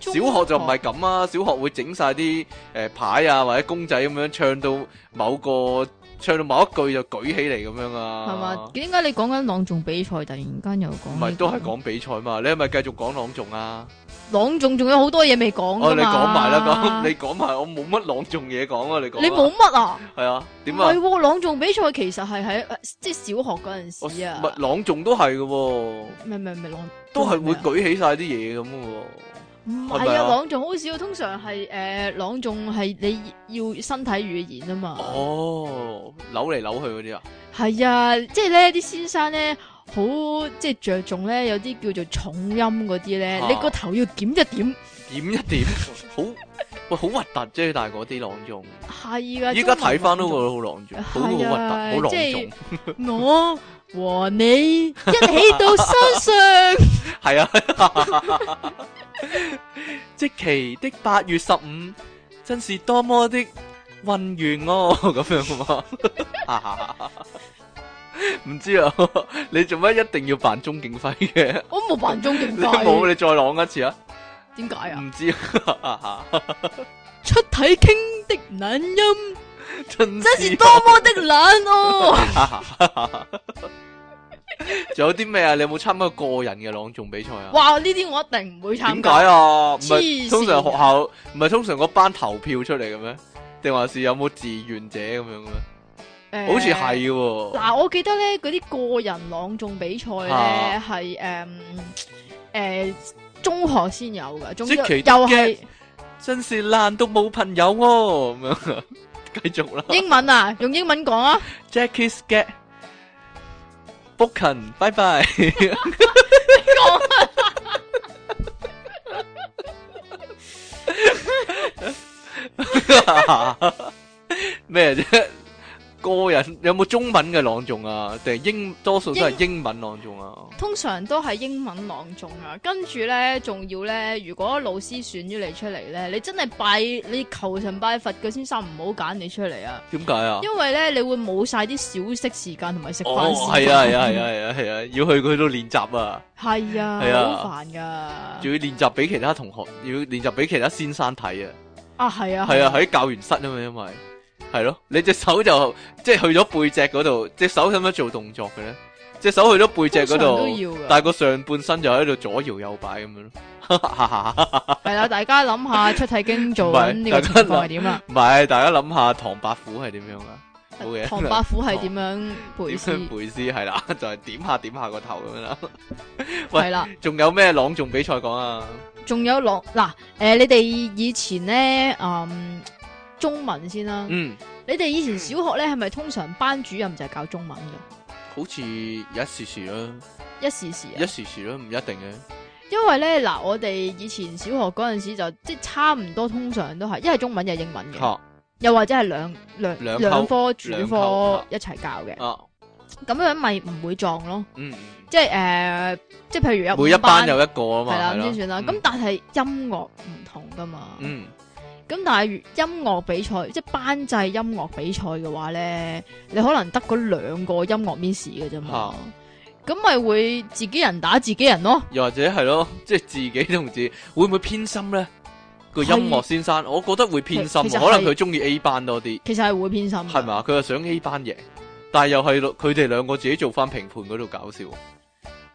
Speaker 1: 中
Speaker 2: 小學就唔係咁啊，小學會整晒啲誒牌啊或者公仔咁樣唱到某個唱到某一句就舉起嚟咁樣啊，
Speaker 1: 係嘛？點解你講緊朗誦比賽，突然間又講呢
Speaker 2: 唔
Speaker 1: 個？
Speaker 2: 係都係講比賽嘛？你係咪繼續講朗誦啊？
Speaker 1: 朗誦，仲有好多嘢未講
Speaker 2: 哦，
Speaker 1: 㗎
Speaker 2: 你講埋 啦，
Speaker 1: 嘛
Speaker 2: 咁你講埋，我冇乜朗誦嘢講啊，你講啊
Speaker 1: 你冇乜啊？
Speaker 2: 係啊？點
Speaker 1: 唔
Speaker 2: 啊
Speaker 1: 係？喎，朗誦比賽其實係喺即係小學嗰
Speaker 2: 我
Speaker 1: 陣時啊
Speaker 2: 哦唔，係朗誦都係嘅喎，
Speaker 1: 唔係唔係唔係朗，
Speaker 2: 都係
Speaker 1: 咩
Speaker 2: 會
Speaker 1: 啊
Speaker 2: 舉起晒啲嘢咁嘅喎。
Speaker 1: 唔
Speaker 2: 係
Speaker 1: 係
Speaker 2: 咪
Speaker 1: 啊，
Speaker 2: 啊
Speaker 1: 朗誦好少，通常係诶朗誦係你要身體語言啊嘛。
Speaker 2: 哦，扭嚟扭去嗰啲啊，
Speaker 1: 係啊，即係咧啲先生咧好即係着重咧有啲叫做重音嗰啲咧，
Speaker 2: 啊
Speaker 1: 你個頭要點一點，
Speaker 2: 點一點，好喂，好核突啫，但係嗰啲朗誦，
Speaker 1: 係啊噶。
Speaker 2: 依家睇翻都覺
Speaker 1: 中
Speaker 2: 得好朗誦，好好核
Speaker 1: 文朗誦
Speaker 2: 突，好
Speaker 1: 係啊，
Speaker 2: 朗誦
Speaker 1: 即係我和你一起到山上。
Speaker 2: 係啊， 即期的八月十五，真是多麼的混亂哦，咁 樣啊嘛，唔知啊，你做乜一定要扮鐘景輝嘅？
Speaker 1: 我冇扮中 勁
Speaker 2: 你
Speaker 1: 快
Speaker 2: 冇，，你再朗一次啊！
Speaker 1: 點解啊？
Speaker 2: 唔知 啊，
Speaker 1: 出體傾的懶 音，
Speaker 2: 真啊
Speaker 1: 真是多麼的懶哦！
Speaker 2: 仲有啲咩啊？你有冇參加個人嘅朗誦比賽啊？
Speaker 1: 哇，呢啲我一定唔會參
Speaker 2: 點
Speaker 1: 加
Speaker 2: 解。啊？唔
Speaker 1: 黐
Speaker 2: 係
Speaker 1: 線
Speaker 2: 通常學校唔係通常個班投票出嚟嘅咩？定還是有冇志願者咁樣嘅咩？
Speaker 1: 誒
Speaker 2: 好似係嘅喎。
Speaker 1: 嗱，我記得咧嗰啲個人朗誦比賽咧
Speaker 2: 啊
Speaker 1: 係誒誒中學先有嘅，中
Speaker 2: 即其啊
Speaker 1: 又係
Speaker 2: 真是爛到冇朋友喎，咁樣 啊繼續啦。
Speaker 1: 英文啊，用英文講啊，
Speaker 2: Jackie's get booking，拜拜。咩啫？個人有冇中文嘅朗誦啊？定係英多數都係英文朗誦啊？
Speaker 1: 通常都係英文朗誦啊，跟住咧仲要咧，如果老師選咗你出嚟咧，你真係拜你求神拜佛嘅先生唔好揀你出嚟啊！
Speaker 2: 點解啊？
Speaker 1: 因為咧，你會冇晒啲小息時間同埋食
Speaker 2: 哦
Speaker 1: 飯，時
Speaker 2: 係
Speaker 1: 間。
Speaker 2: 啊，係啊，係啊，係啊，係啊，要去佢度練習啊，
Speaker 1: 係啊，
Speaker 2: 係啊
Speaker 1: 好煩噶。
Speaker 2: 仲要練習俾其他同學，要練習俾其他先生睇啊。
Speaker 1: 啊，係啊，
Speaker 2: 系啊，，喺教員室啊嘛，因為係咯，你隻手就即係去咗背脊嗰度，隻手使唔使做動作嘅咧？隻手去咗背脊嗰
Speaker 1: 通常都
Speaker 2: 度，
Speaker 1: 要噶。
Speaker 2: 但係個上半身就喺度左搖右擺咁 樣咯。
Speaker 1: 係啦，大家諗下出體經做緊呢個
Speaker 2: 唔係
Speaker 1: 情
Speaker 2: 大家
Speaker 1: 況係點啦？啊
Speaker 2: 唔係，大家諗下唐伯虎係點樣啊？冇嘢
Speaker 1: 唐伯虎係點樣背
Speaker 2: 點
Speaker 1: 詩
Speaker 2: 樣？背詩係啦，就係點下點下個頭咁樣啦。喂
Speaker 1: 係啦，
Speaker 2: 仲有咩朗誦比賽講啊？
Speaker 1: 仲有朗嗱，誒，你哋以前咧，嗯，中文先啦。
Speaker 2: 嗯，
Speaker 1: 你哋以前小學咧，係咪通常班主任就係教中文嘅？
Speaker 2: 好似一時時啦，
Speaker 1: 一時時啊
Speaker 2: 一。時時啦，唔一定嘅。
Speaker 1: 因為咧嗱，我哋以前小學嗰陣時就即係差唔多，通常都係一係中文，一係英文嘅，
Speaker 2: 嚇
Speaker 1: 又或者係兩兩
Speaker 2: 兩
Speaker 1: 兩科主
Speaker 2: 兩
Speaker 1: 科
Speaker 2: 溝
Speaker 1: 一齊教嘅，
Speaker 2: 啊，
Speaker 1: 咁樣咪唔會撞咯。
Speaker 2: 嗯，
Speaker 1: 即係诶，即係譬如有
Speaker 2: 嗯每一
Speaker 1: 五
Speaker 2: 班有一個啊
Speaker 1: 係
Speaker 2: 嘛，
Speaker 1: 啦
Speaker 2: 係
Speaker 1: 咁
Speaker 2: 咯
Speaker 1: 先算啦。
Speaker 2: 嗯
Speaker 1: 咁但係音樂唔同噶嘛，咁
Speaker 2: 嗯。
Speaker 1: 但係音樂比賽即係班制音樂比賽嘅話咧，你可能得嗰兩個音樂 miss 嘅啫嘛，咁咪會自己人打自己人咯。
Speaker 2: 又或者係咯， 即係自己同自己會唔會偏心咧？個音樂先生，我覺得會偏心，啊
Speaker 1: 其
Speaker 2: 可
Speaker 1: 其實
Speaker 2: 能
Speaker 1: 係嗯
Speaker 2: 佢中意 A 班多啲，
Speaker 1: 其實係會偏心㗎，
Speaker 2: 係啊嘛？佢又想 A 班贏，但係又係咯佢哋兩個自己做翻評判嗰度搞笑，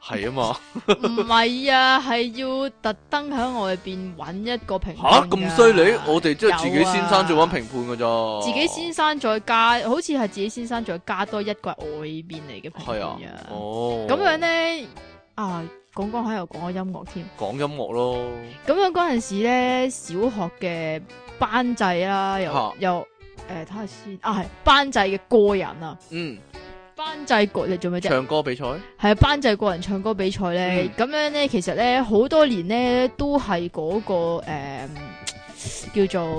Speaker 2: 係 啊嘛？
Speaker 1: 唔係啊，係要特登喺外邊揾一個評判㗎。
Speaker 2: 吓咁犀利，我哋即係自己
Speaker 1: 啊有啊
Speaker 2: 先生做翻評判噶咋？
Speaker 1: 自己先生再加，好似係自己先生再加多一個係外邊嚟嘅評判
Speaker 2: 係啊
Speaker 1: 㗎，
Speaker 2: 哦，
Speaker 1: 咁樣咧啊，講講下又講個音樂添。
Speaker 2: 講音樂咯，
Speaker 1: 咁樣嗰陣時咧，小學嘅班制啦，又
Speaker 2: 嚇
Speaker 1: 又誒睇下先啊，係班制嘅個人啊，
Speaker 2: 嗯，
Speaker 1: 班制個你做咩啫？
Speaker 2: 唱嗯歌比賽
Speaker 1: 係啊班制個人唱歌比賽咧，咁、樣咧，其實咧好多年咧都係嗰、個誒、叫做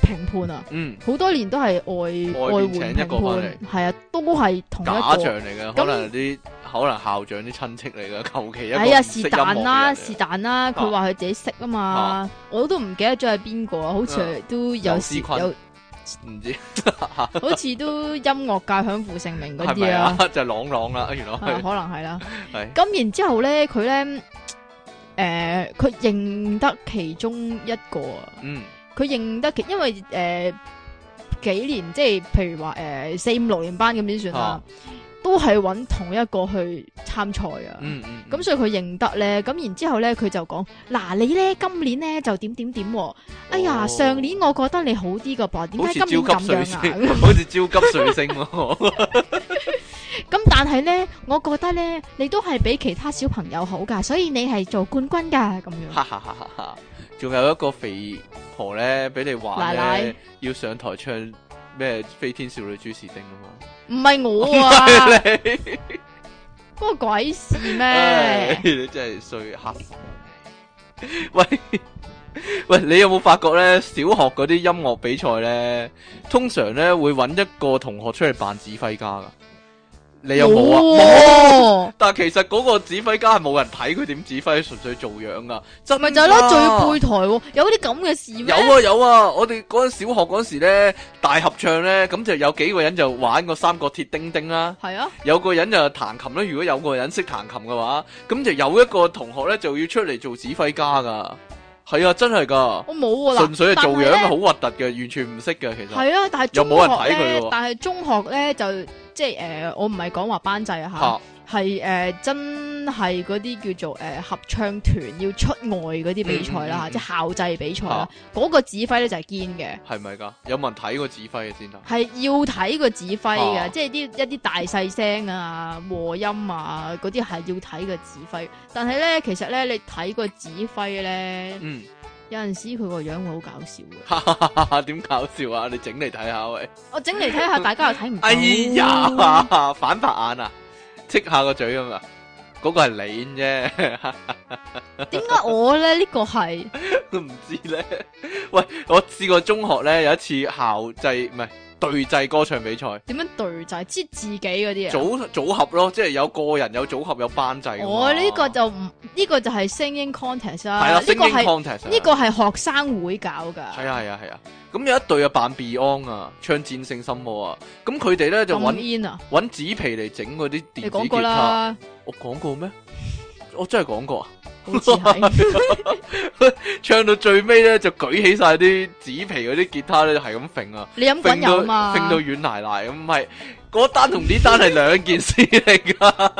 Speaker 1: 評判啊，
Speaker 2: 嗯，
Speaker 1: 好多年都係外
Speaker 2: 外
Speaker 1: 外
Speaker 2: 面
Speaker 1: 援
Speaker 2: 請一個
Speaker 1: 評判，係啊，都係同一
Speaker 2: 假
Speaker 1: 個
Speaker 2: 象。嚟嘅，可能有啲可能校長啲親戚嚟嘅，求其一個
Speaker 1: 哎呀，
Speaker 2: 唔識
Speaker 1: 是
Speaker 2: 音
Speaker 1: 但
Speaker 2: 樂
Speaker 1: 啦，
Speaker 2: 嘅人嚟
Speaker 1: 是
Speaker 2: 嘅
Speaker 1: 但啦，佢
Speaker 2: 啊
Speaker 1: 話佢自己識啊嘛
Speaker 2: 啊，
Speaker 1: 我都唔記得咗係邊個啊，好似
Speaker 2: 嗯
Speaker 1: 都有
Speaker 2: 劉
Speaker 1: 時
Speaker 2: 思坤
Speaker 1: 有，
Speaker 2: 唔知。
Speaker 1: 好似都音樂界享負盛名嗰
Speaker 2: 係
Speaker 1: 啲
Speaker 2: 咪
Speaker 1: 啊
Speaker 2: 啊，？就係朗朗啦，原來
Speaker 1: 啊可
Speaker 2: 係
Speaker 1: 能係啦。
Speaker 2: 係
Speaker 1: 咁然之後咧，佢咧诶，佢、認得其中一個啊，
Speaker 2: 嗯，
Speaker 1: 佢認得其，因為诶、誒幾年，即係譬如話诶四五六年班咁先算啦，
Speaker 2: 啊
Speaker 1: 都係揾同一個去參賽啊。
Speaker 2: 嗯嗯，
Speaker 1: 咁所以佢認得咧，咁然之後咧佢就講：嗱，你咧今年咧就點點點喎，哎呀，
Speaker 2: 哦
Speaker 1: 上年我覺得你好啲噶噃，點
Speaker 2: 好
Speaker 1: 解
Speaker 2: 似
Speaker 1: 今
Speaker 2: 焦
Speaker 1: 年咁
Speaker 2: 急水
Speaker 1: 樣啊？
Speaker 2: 星， 好似焦急水星喎，
Speaker 1: 咁但係咧，我覺得咧，你都係比其他小朋友好噶，所以你係做冠軍噶咁樣。
Speaker 2: 哈哈哈哈哈！仲有一個肥婆咧，俾你話
Speaker 1: 奶
Speaker 2: 咧
Speaker 1: 奶，
Speaker 2: 要上台唱咩《飛天少女朱士丁》啊嘛。
Speaker 1: 唔係 我啊，
Speaker 2: 你
Speaker 1: 嗰個鬼事
Speaker 2: 唉
Speaker 1: 咩？
Speaker 2: 哎你真係衰黑。喂 喂，你有冇發覺咧？小學嗰啲音樂比賽咧，通常咧會揾一個同學出嚟扮指揮家噶。你 有冇啊？冇。
Speaker 1: 冇，
Speaker 2: 但其實嗰個指揮家係冇人睇佢點指揮，純粹做樣噶。真
Speaker 1: 咪就係咯，
Speaker 2: 㗎
Speaker 1: 仲要背台喎，有啲咁嘅事
Speaker 2: 有
Speaker 1: 咩？
Speaker 2: 啊有啊，我哋嗰陣小學嗰時咧，大合唱咧，咁就有幾個人就玩個三角鐵叮叮啦，
Speaker 1: 係啊，
Speaker 2: 有個人就彈琴啦。如果有個人識彈琴嘅話，咁就有一個同學咧就要出嚟做指揮家噶。係啊，真係噶，
Speaker 1: 我冇啊，嗱
Speaker 2: 純粹係
Speaker 1: 但
Speaker 2: 做
Speaker 1: 係
Speaker 2: 樣
Speaker 1: 呢
Speaker 2: 嘅，好核突嘅，完全唔識嘅其實。
Speaker 1: 系啊，但系
Speaker 2: 又
Speaker 1: 中
Speaker 2: 冇人
Speaker 1: 學
Speaker 2: 睇佢
Speaker 1: 咧
Speaker 2: 喎，
Speaker 1: 但係中學咧就即係诶、呃我唔係講話班制啊
Speaker 2: 嚇
Speaker 1: 吓，係诶、呃真係嗰啲叫做诶、呃合唱團要出外嗰啲比賽啦
Speaker 2: 嗯嗯嗯嗯
Speaker 1: 即係校際比賽啦。嗰、個指揮咧就係堅嘅，
Speaker 2: 係咪㗎？有冇人睇過指揮嘅先得？
Speaker 1: 係要睇個指揮嘅，
Speaker 2: 嚇
Speaker 1: 即係啲一啲大細聲啊、和音啊嗰啲係要睇個指揮。但係咧，其實咧你睇個指揮咧，
Speaker 2: 嗯，
Speaker 1: 有陣時佢個樣會好搞笑嘅。
Speaker 2: 哈哈哈哈點搞笑啊！你整嚟睇下喂。
Speaker 1: 我整嚟睇下，大家又睇唔到。
Speaker 2: 哎呀，反白眼啊，戚下個嘴咁啊，嗰、個係你啫，
Speaker 1: 點解我咧呢、個係？
Speaker 2: 都唔知咧。喂，我試過中學咧有一次校際唔係對制歌唱比賽，
Speaker 1: 點樣對就係知自己嗰啲啊？
Speaker 2: 組組合咯，即係有個人有組合有班制㗎啊嘛。
Speaker 1: 我哦呢個就唔呢、個就係 singing contest
Speaker 2: 係啦，
Speaker 1: 啦，呢
Speaker 2: 星
Speaker 1: 個
Speaker 2: 英
Speaker 1: 係
Speaker 2: contest 啊
Speaker 1: 呢個係學生會搞噶，
Speaker 2: 係啊係啊係啊。咁有一隊啊扮 Beyond 啊，唱戰勝心魔啊，咁佢哋咧就
Speaker 1: 咁
Speaker 2: 揾
Speaker 1: in 啊！
Speaker 2: 揾紙皮嚟整嗰啲電
Speaker 1: 你講
Speaker 2: 子
Speaker 1: 過
Speaker 2: 吉他。
Speaker 1: 啦，
Speaker 2: 我講過咩？我真係講過啊！
Speaker 1: 好似係
Speaker 2: 唱到最尾咧，就舉起晒啲紙皮嗰啲吉他咧，就係咁揈啊，
Speaker 1: 你飲滾
Speaker 2: 揈到
Speaker 1: 油嘛？
Speaker 2: 揈到軟奶奶咁，唔係嗰單同呢單係兩件事嚟噶。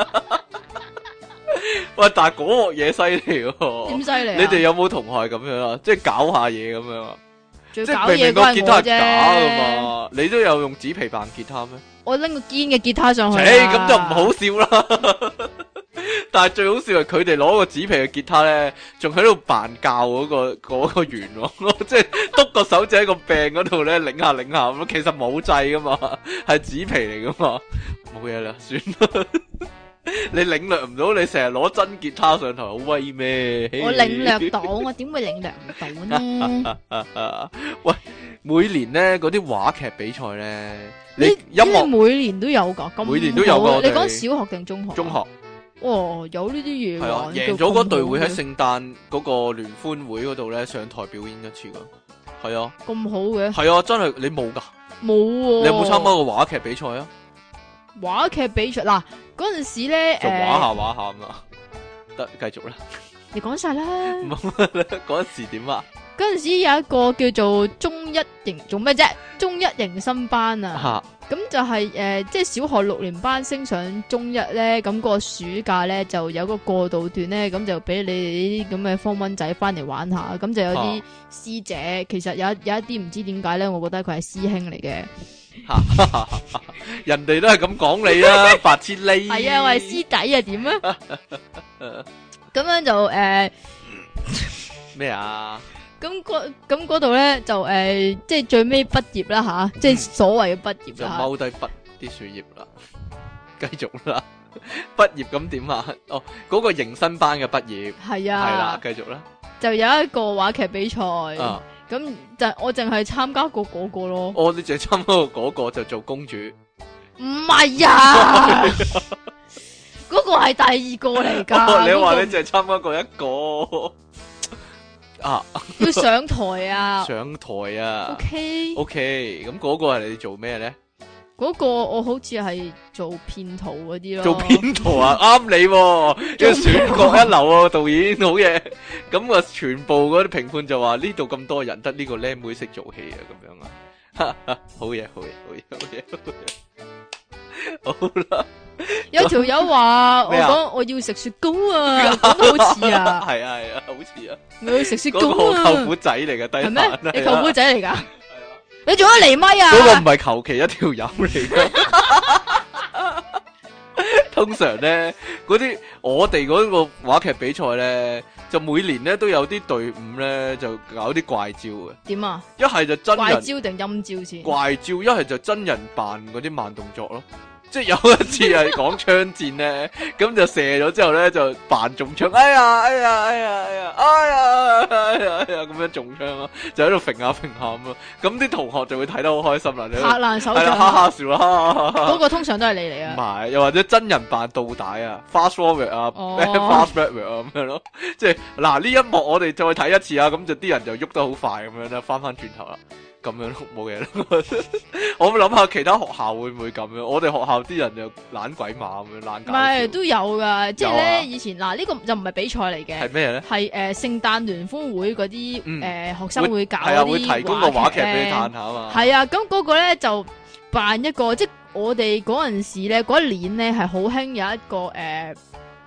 Speaker 2: 喂，但係嗰鑊嘢犀利
Speaker 1: 點
Speaker 2: 喎！
Speaker 1: 犀利啊？
Speaker 2: 你哋有冇同學係咁樣啊？即係搞下嘢咁樣啊？
Speaker 1: 最
Speaker 2: 即
Speaker 1: 搞
Speaker 2: 係明
Speaker 1: 嘢
Speaker 2: 明
Speaker 1: 嗰
Speaker 2: 個吉
Speaker 1: 係
Speaker 2: 他
Speaker 1: 我
Speaker 2: 係假噶
Speaker 1: 啫，
Speaker 2: 嘛？你都有用紙皮扮吉他咩？
Speaker 1: 我拎個堅嘅吉他上去啊。
Speaker 2: 切，咁就唔好笑啦。 但係最好笑係佢哋攞個紙皮嘅吉他咧，仲喺度扮教嗰、個嗰、個弦喎， 即係篤個手指喺個柄嗰度咧，擰下擰下咁。其實冇掣噶嘛，係紙皮嚟噶嘛，冇嘢啦，算啦。 你領略唔到，你成日攞真吉他上台，好威咩？
Speaker 1: 我領略到，我點會領略唔 到呢？
Speaker 2: 喂，每年咧嗰啲話劇比賽咧，你
Speaker 1: 呢
Speaker 2: 音
Speaker 1: 呢
Speaker 2: 樂
Speaker 1: 每年都有噶，咁
Speaker 2: 每年都有㗎
Speaker 1: 好啊
Speaker 2: 我
Speaker 1: 你
Speaker 2: 哋
Speaker 1: 講小學定中學啊？
Speaker 2: 中學。
Speaker 1: 哦，有呢啲嘢
Speaker 2: 系啊，
Speaker 1: 玩
Speaker 2: 赢咗嗰隊會喺聖誕嗰個聯歡會嗰度咧上台表演一次噶， 係啊，
Speaker 1: 咁好嘅，
Speaker 2: 係啊，真係你冇㗎，
Speaker 1: 冇喎。
Speaker 2: 你有冇參加過話劇比賽啊？
Speaker 1: 话剧比赛嗱，嗰阵时咧，
Speaker 2: 就
Speaker 1: 诶、
Speaker 2: 畫下畫下咁啊，得繼續啦。
Speaker 1: 你講晒啦。
Speaker 2: 唔嗰陣時點啊？
Speaker 1: 嗰阵时有一個叫做中一型，做咩啫？中一迎新班啊，
Speaker 2: 吓
Speaker 1: 咁就係呃即係小學六年班升上中一咧，咁、個暑假咧就有個過渡段咧，咁就俾你哋呢啲咁嘅方蚊仔翻嚟玩下，咁就有啲
Speaker 2: 啊
Speaker 1: 師姐，其實有一有一啲唔知點解咧，我覺得佢係師兄嚟嘅，
Speaker 2: 吓， 人哋都係咁講你啦，白痴呢？
Speaker 1: 係啊，我係師弟啊，點啊？ 咁樣就诶。呃
Speaker 2: 咩啊？
Speaker 1: 咁嗰咁嗰度咧就诶、呃即係最尾畢業啦吓，即係所謂嘅畢業
Speaker 2: 就
Speaker 1: 啦吓。
Speaker 2: 踎低筆啲樹葉啦， 繼續啦。 畢業咁點啊？哦，嗰個迎新班嘅畢
Speaker 1: 係
Speaker 2: 業係啦
Speaker 1: 啊，，
Speaker 2: 繼續啦。
Speaker 1: 就有一個話劇比賽，咁、
Speaker 2: 啊，
Speaker 1: 就我淨係參加過嗰個咯。
Speaker 2: 我哋就參加過嗰個就做 公主。
Speaker 1: 唔係 啊，嗰個係第二個 嚟
Speaker 2: 哦
Speaker 1: 㗎。
Speaker 2: 你話
Speaker 1: 话
Speaker 2: 你淨係參加過一 個啊？
Speaker 1: 要上台啊
Speaker 2: 上台啊
Speaker 1: ？OK，
Speaker 2: ？O K，咁嗰個係你做咩咧？
Speaker 1: 嗰個我好似係做騙徒嗰啲咯，
Speaker 2: 做編圖啊，啱你 喎，要選角一流啊，導演好嘢。咁啊，全部嗰啲評判就話呢度咁多人，得呢個僆妹識做戲啊， 咁樣啊，哈哈好嘢，好嘢，好嘢，好嘢，好嘢，好啦，
Speaker 1: 有條友話我
Speaker 2: 咩啊
Speaker 1: 講我要食雪糕啊，講得好似 啊，
Speaker 2: 係啊係啊，好似啊，
Speaker 1: 我要食雪
Speaker 2: 嗰
Speaker 1: 糕
Speaker 2: 個我舅
Speaker 1: 啊，
Speaker 2: 父仔嚟嘅，低
Speaker 1: 係
Speaker 2: 能
Speaker 1: 咩？你舅父仔嚟㗎？
Speaker 2: 係啊
Speaker 1: 你做咗嚟咪
Speaker 2: 嗰個
Speaker 1: 啊
Speaker 2: 唔？係求其一條友 嚟噶。通常咧，嗰啲我哋嗰個話劇比賽咧，就每年咧都有啲隊伍咧就搞啲怪招嘅，
Speaker 1: 點啊？
Speaker 2: 一係就真
Speaker 1: 怪
Speaker 2: 人
Speaker 1: 招定陰招先？
Speaker 2: 怪啊招，一係就真人扮嗰啲慢動作咯。即係有一次係講槍戰咧， 咁就射咗之後咧就扮中槍，哎呀哎呀哎呀哎呀哎呀哎呀哎呀咁樣中槍咯，就喺度揈下揈下咁咯。咁啲同學就會睇得好開心啦。你喺度
Speaker 1: 拍爛手
Speaker 2: 系啦，啊哈
Speaker 1: 掌，
Speaker 2: 哈笑啦，哈哈哈
Speaker 1: 嗰
Speaker 2: 哈
Speaker 1: 個通常都係你嚟啊！
Speaker 2: 唔系，又或者真人扮倒帶啊，fast forward 啊
Speaker 1: 哦
Speaker 2: ，fast forward 啊咁樣咯，即係嗱呢一幕我哋再睇一次啊，咁就啲人就喐得好快咁樣啦，翻翻轉頭啦，咁樣咯，冇嘢咯。 我諗下其他學校會唔會咁樣？我哋學校啲人就懶鬼馬咁樣，懶
Speaker 1: 唔
Speaker 2: 搞
Speaker 1: 係
Speaker 2: 笑，
Speaker 1: 都有噶，即係
Speaker 2: 有啊
Speaker 1: 咧以前嗱呢個就唔係比賽嚟嘅
Speaker 2: 係。咩咧？
Speaker 1: 係诶呃圣诞联欢會嗰啲
Speaker 2: 嗯
Speaker 1: 诶學生會搞
Speaker 2: 係啊，
Speaker 1: 嗰
Speaker 2: 會
Speaker 1: 啲
Speaker 2: 提供個話
Speaker 1: 話
Speaker 2: 劇
Speaker 1: 劇
Speaker 2: 俾你
Speaker 1: 咧
Speaker 2: 嘆下啊嘛。
Speaker 1: 係啊，咁嗰個咧就扮一個，即係我哋嗰陣時咧，嗰一年咧係好興有一個诶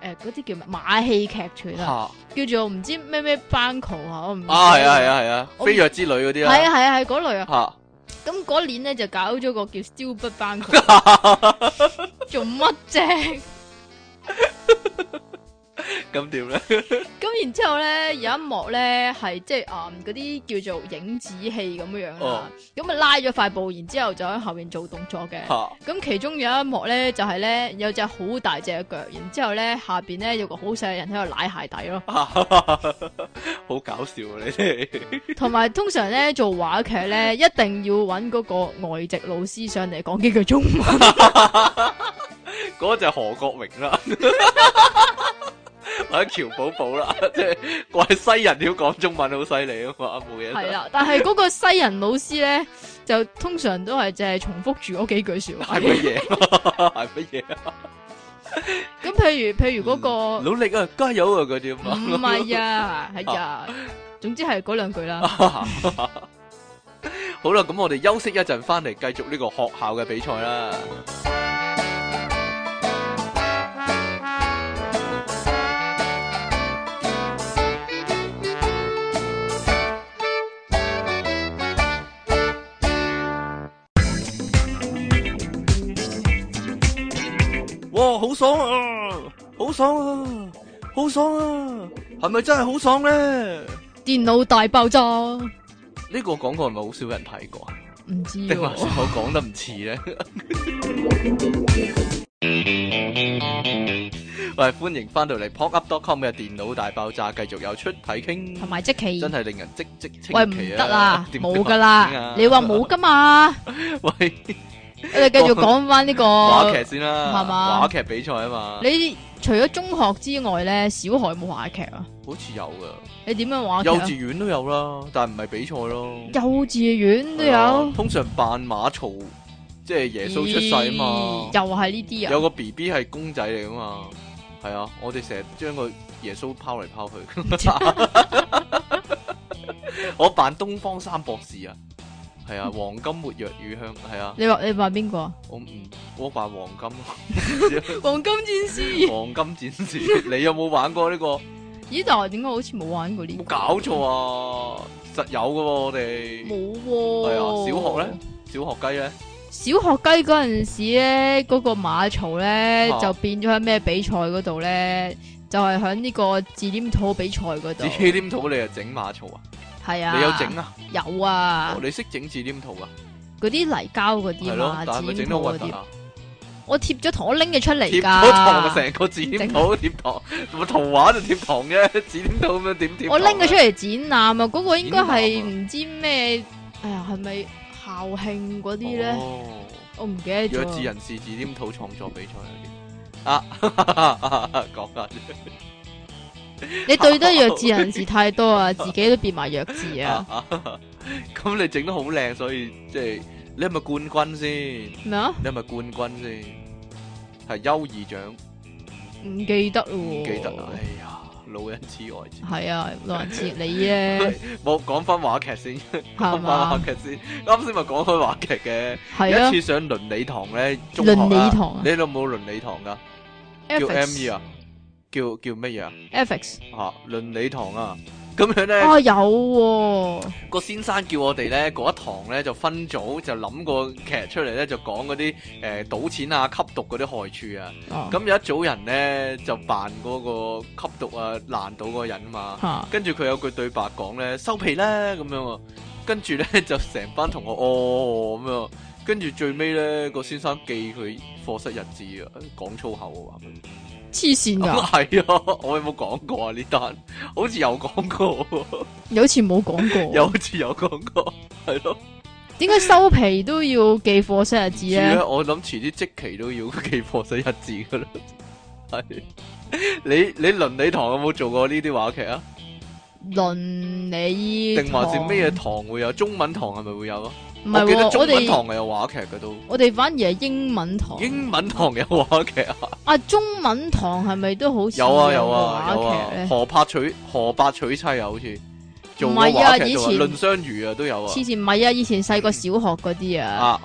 Speaker 1: 诶嗰啲叫咩馬戲劇團啊，
Speaker 2: 嚇
Speaker 1: 叫做唔知咩咩 Banco 啊，我唔
Speaker 2: 啊，係啊，係
Speaker 1: 啊，
Speaker 2: 啊，係啊，
Speaker 1: 我唔
Speaker 2: 飛躍之旅嗰
Speaker 1: 係
Speaker 2: 啲
Speaker 1: 啊
Speaker 2: 啊，
Speaker 1: 係啊係嗰類啊。
Speaker 2: 嚇
Speaker 1: 咁嗰年咧就搞咗個叫 Stupid Banco，做乜啫？
Speaker 2: 咁點咧？
Speaker 1: 咁然之後咧，有一幕咧係即係啊嗰啲叫做影子戲咁樣樣
Speaker 2: 哦
Speaker 1: 啦，咁啊拉咗塊布，然之後就喺後面做動作嘅。
Speaker 2: 嚇。
Speaker 1: 咁其中有一幕咧就係咧有隻好大隻嘅腳，然之後咧下邊咧有個好細嘅人喺度舐鞋底咯
Speaker 2: 好搞笑啊！你哋
Speaker 1: 同埋通常咧做話劇咧一定要揾嗰個外籍老師上嚟講幾句中文。
Speaker 2: 嗰就係何國榮啦， 或者喬寶寶啦，即係怪西人要講中文好犀利啊嘛，冇嘢。
Speaker 1: 係，啦，但係嗰個西人老師咧，就通常都係淨係重複住嗰幾句说話
Speaker 2: 係。乜嘢？係乜嘢？
Speaker 1: 咁譬如譬如嗰、個
Speaker 2: 努力啊，加油啊，嗰啲啊嘛。
Speaker 1: 唔係 啊，係啊，總之係嗰兩句
Speaker 2: 啊
Speaker 1: 啦。
Speaker 2: 好啦，咁我哋休息一陣，翻嚟繼續呢個學校嘅比賽啦。哇，好爽啊！好爽啊！好爽啊！係咪真係好爽咧？
Speaker 1: 電腦大爆炸，唔
Speaker 2: 呢個廣告係咪好少人睇過啊？
Speaker 1: 知
Speaker 2: 定還是
Speaker 1: 喎
Speaker 2: 我講得唔似咧？ 喂，歡迎翻到嚟 popup.com 嘅電腦大爆炸，繼續有出體傾，
Speaker 1: 同埋即期，
Speaker 2: 真係令人即即清奇
Speaker 1: 嗯喂
Speaker 2: 啊
Speaker 1: 唔得啦，
Speaker 2: 點
Speaker 1: 冇噶
Speaker 2: 點啊
Speaker 1: 啦，你 話冇噶嘛？
Speaker 2: 喂，
Speaker 1: 我哋繼續講翻呢
Speaker 2: 話
Speaker 1: 個，
Speaker 2: 劇先啦，
Speaker 1: 係嘛
Speaker 2: 話劇比賽啊嘛，
Speaker 1: 你除咗中學之外咧，小學有冇話劇啊？
Speaker 2: 好似有噶，
Speaker 1: 你點樣話劇
Speaker 2: 幼
Speaker 1: 啊
Speaker 2: 稚？園都有啦，但唔係比賽咯，
Speaker 1: 幼稚園都
Speaker 2: 係啊
Speaker 1: 有，
Speaker 2: 通常扮馬槽，即係耶穌出世啊嘛
Speaker 1: 咦。又係呢啲啊？
Speaker 2: 有個 B B 係公仔嚟噶嘛，係啊，我哋成日將個耶穌拋嚟拋 去。我扮東方三博士啊，係啊，黃金沒藥與香，係啊，
Speaker 1: 你話你話邊個啊？
Speaker 2: 我唔我扮黃金 咯，
Speaker 1: 黃金戰士？
Speaker 2: 黃金戰士，你有冇玩過呢、個？
Speaker 1: 咦，但係點解好似冇玩過呢個？
Speaker 2: 冇搞錯啊，實有噶喎、我哋
Speaker 1: 冇喎。
Speaker 2: 係啊，小學咧，小學雞咧，
Speaker 1: 小學雞嗰陣時咧，嗰、個馬槽咧、
Speaker 2: 啊
Speaker 1: 就變咗喺咩比賽嗰度咧，就係喺呢個字黏土比賽嗰度
Speaker 2: 自，己黏土你又整馬槽啊，
Speaker 1: 係啊，
Speaker 2: 你有整啊？
Speaker 1: 有啊
Speaker 2: 哦，你識整字黏土啊？
Speaker 1: 嗰啲泥膠嗰
Speaker 2: 係
Speaker 1: 啲
Speaker 2: 咯
Speaker 1: 嘛，，
Speaker 2: 但係
Speaker 1: 字
Speaker 2: 咪
Speaker 1: 黏
Speaker 2: 整
Speaker 1: 土
Speaker 2: 到核
Speaker 1: 嗰
Speaker 2: 突
Speaker 1: 啲，
Speaker 2: 啊？
Speaker 1: 我貼咗糖，我拎咗出
Speaker 2: 貼
Speaker 1: 嚟
Speaker 2: 咗糖
Speaker 1: 㗎，
Speaker 2: 成個紙黏土貼糖，咪圖畫就貼糖啫，紙黏土咁樣點貼？
Speaker 1: 我拎咗出。嚟展覽啊，嗰、個應該係
Speaker 2: 展覽啊
Speaker 1: 唔知咩，哎呀，係咪校慶嗰啲咧？
Speaker 2: 哦，
Speaker 1: 我唔記得
Speaker 2: 弱智
Speaker 1: 咗。
Speaker 2: 人士紙黏土創作比賽嗰啲啊， 講下啫
Speaker 1: 你對得弱智人士太 多啊，自己都變埋弱智啊！
Speaker 2: 啊，咁你整得好靚，所以即係你係咪冠軍先？
Speaker 1: 咩啊？
Speaker 2: 你係咪冠軍先？係優異獎，
Speaker 1: 唔記得咯，
Speaker 2: 唔記得啦。哎呀，老人痴呆症。
Speaker 1: 係啊，老人切你咧，
Speaker 2: 冇講翻話劇先，
Speaker 1: 係
Speaker 2: 講翻話
Speaker 1: 嘛？
Speaker 2: 劇先。啱先咪講開話劇嘅，
Speaker 1: 係
Speaker 2: 有
Speaker 1: 啊
Speaker 2: 一次上倫理堂咧，中學啊
Speaker 1: 倫理堂啊
Speaker 2: 你有冇倫理堂噶？叫 M.E.
Speaker 1: ，ethics
Speaker 2: 啊？叫叫乜嘢啊？
Speaker 1: ethics
Speaker 2: 吓倫理堂啊，咁樣咧。
Speaker 1: 啊有喎，
Speaker 2: 個先生叫我哋咧嗰一堂咧就分組就諗個劇出嚟咧就講嗰啲誒賭錢啊、吸毒嗰啲害處啊。
Speaker 1: 咁
Speaker 2: 咁有一組人咧就扮嗰個吸毒啊爛賭嗰個人嘛，
Speaker 1: 吓
Speaker 2: 跟住佢有句對白講咧收皮啦咁樣啊，跟住咧 就成班同學哦咁樣啊，跟住最尾咧個先生記佢課室日誌啊，講粗口啊話佢。
Speaker 1: 黐線 㗎，
Speaker 2: 係啊，我有冇講過啊呢單？好似有講過
Speaker 1: 哦
Speaker 2: 喎，
Speaker 1: 你好似冇講
Speaker 2: 有
Speaker 1: 過，
Speaker 2: 好似有講過，係咯。
Speaker 1: 點解收皮都要記課室日啊誌
Speaker 2: 知
Speaker 1: 咧
Speaker 2: 啦？我諗遲啲即期都要記課室日字噶啦。 係你你倫理堂有冇做過呢啲話劇啊？
Speaker 1: 倫理
Speaker 2: 定還是
Speaker 1: 堂
Speaker 2: 咩嘢？堂會有？中文堂係咪會有啊？
Speaker 1: 唔
Speaker 2: 我記
Speaker 1: 係
Speaker 2: 得
Speaker 1: 喎，
Speaker 2: 中
Speaker 1: 我
Speaker 2: 文
Speaker 1: 哋哦
Speaker 2: 堂係有話劇嘅都。
Speaker 1: 我哋反而係英文堂。
Speaker 2: 英文堂有話劇啊？
Speaker 1: 啊，中文堂係咪都好似
Speaker 2: 有啊
Speaker 1: 有
Speaker 2: 有啊有
Speaker 1: 個話
Speaker 2: 啊
Speaker 1: 劇咧？！
Speaker 2: 河伯娶河伯娶妻啊，好似做
Speaker 1: 唔
Speaker 2: 過
Speaker 1: 係啊
Speaker 2: 話劇
Speaker 1: 以
Speaker 2: 做啊
Speaker 1: 前
Speaker 2: 論雙魚啊都有啊
Speaker 1: 黐。線，唔係啊！以前細個小學嗰啲啊，
Speaker 2: 啊，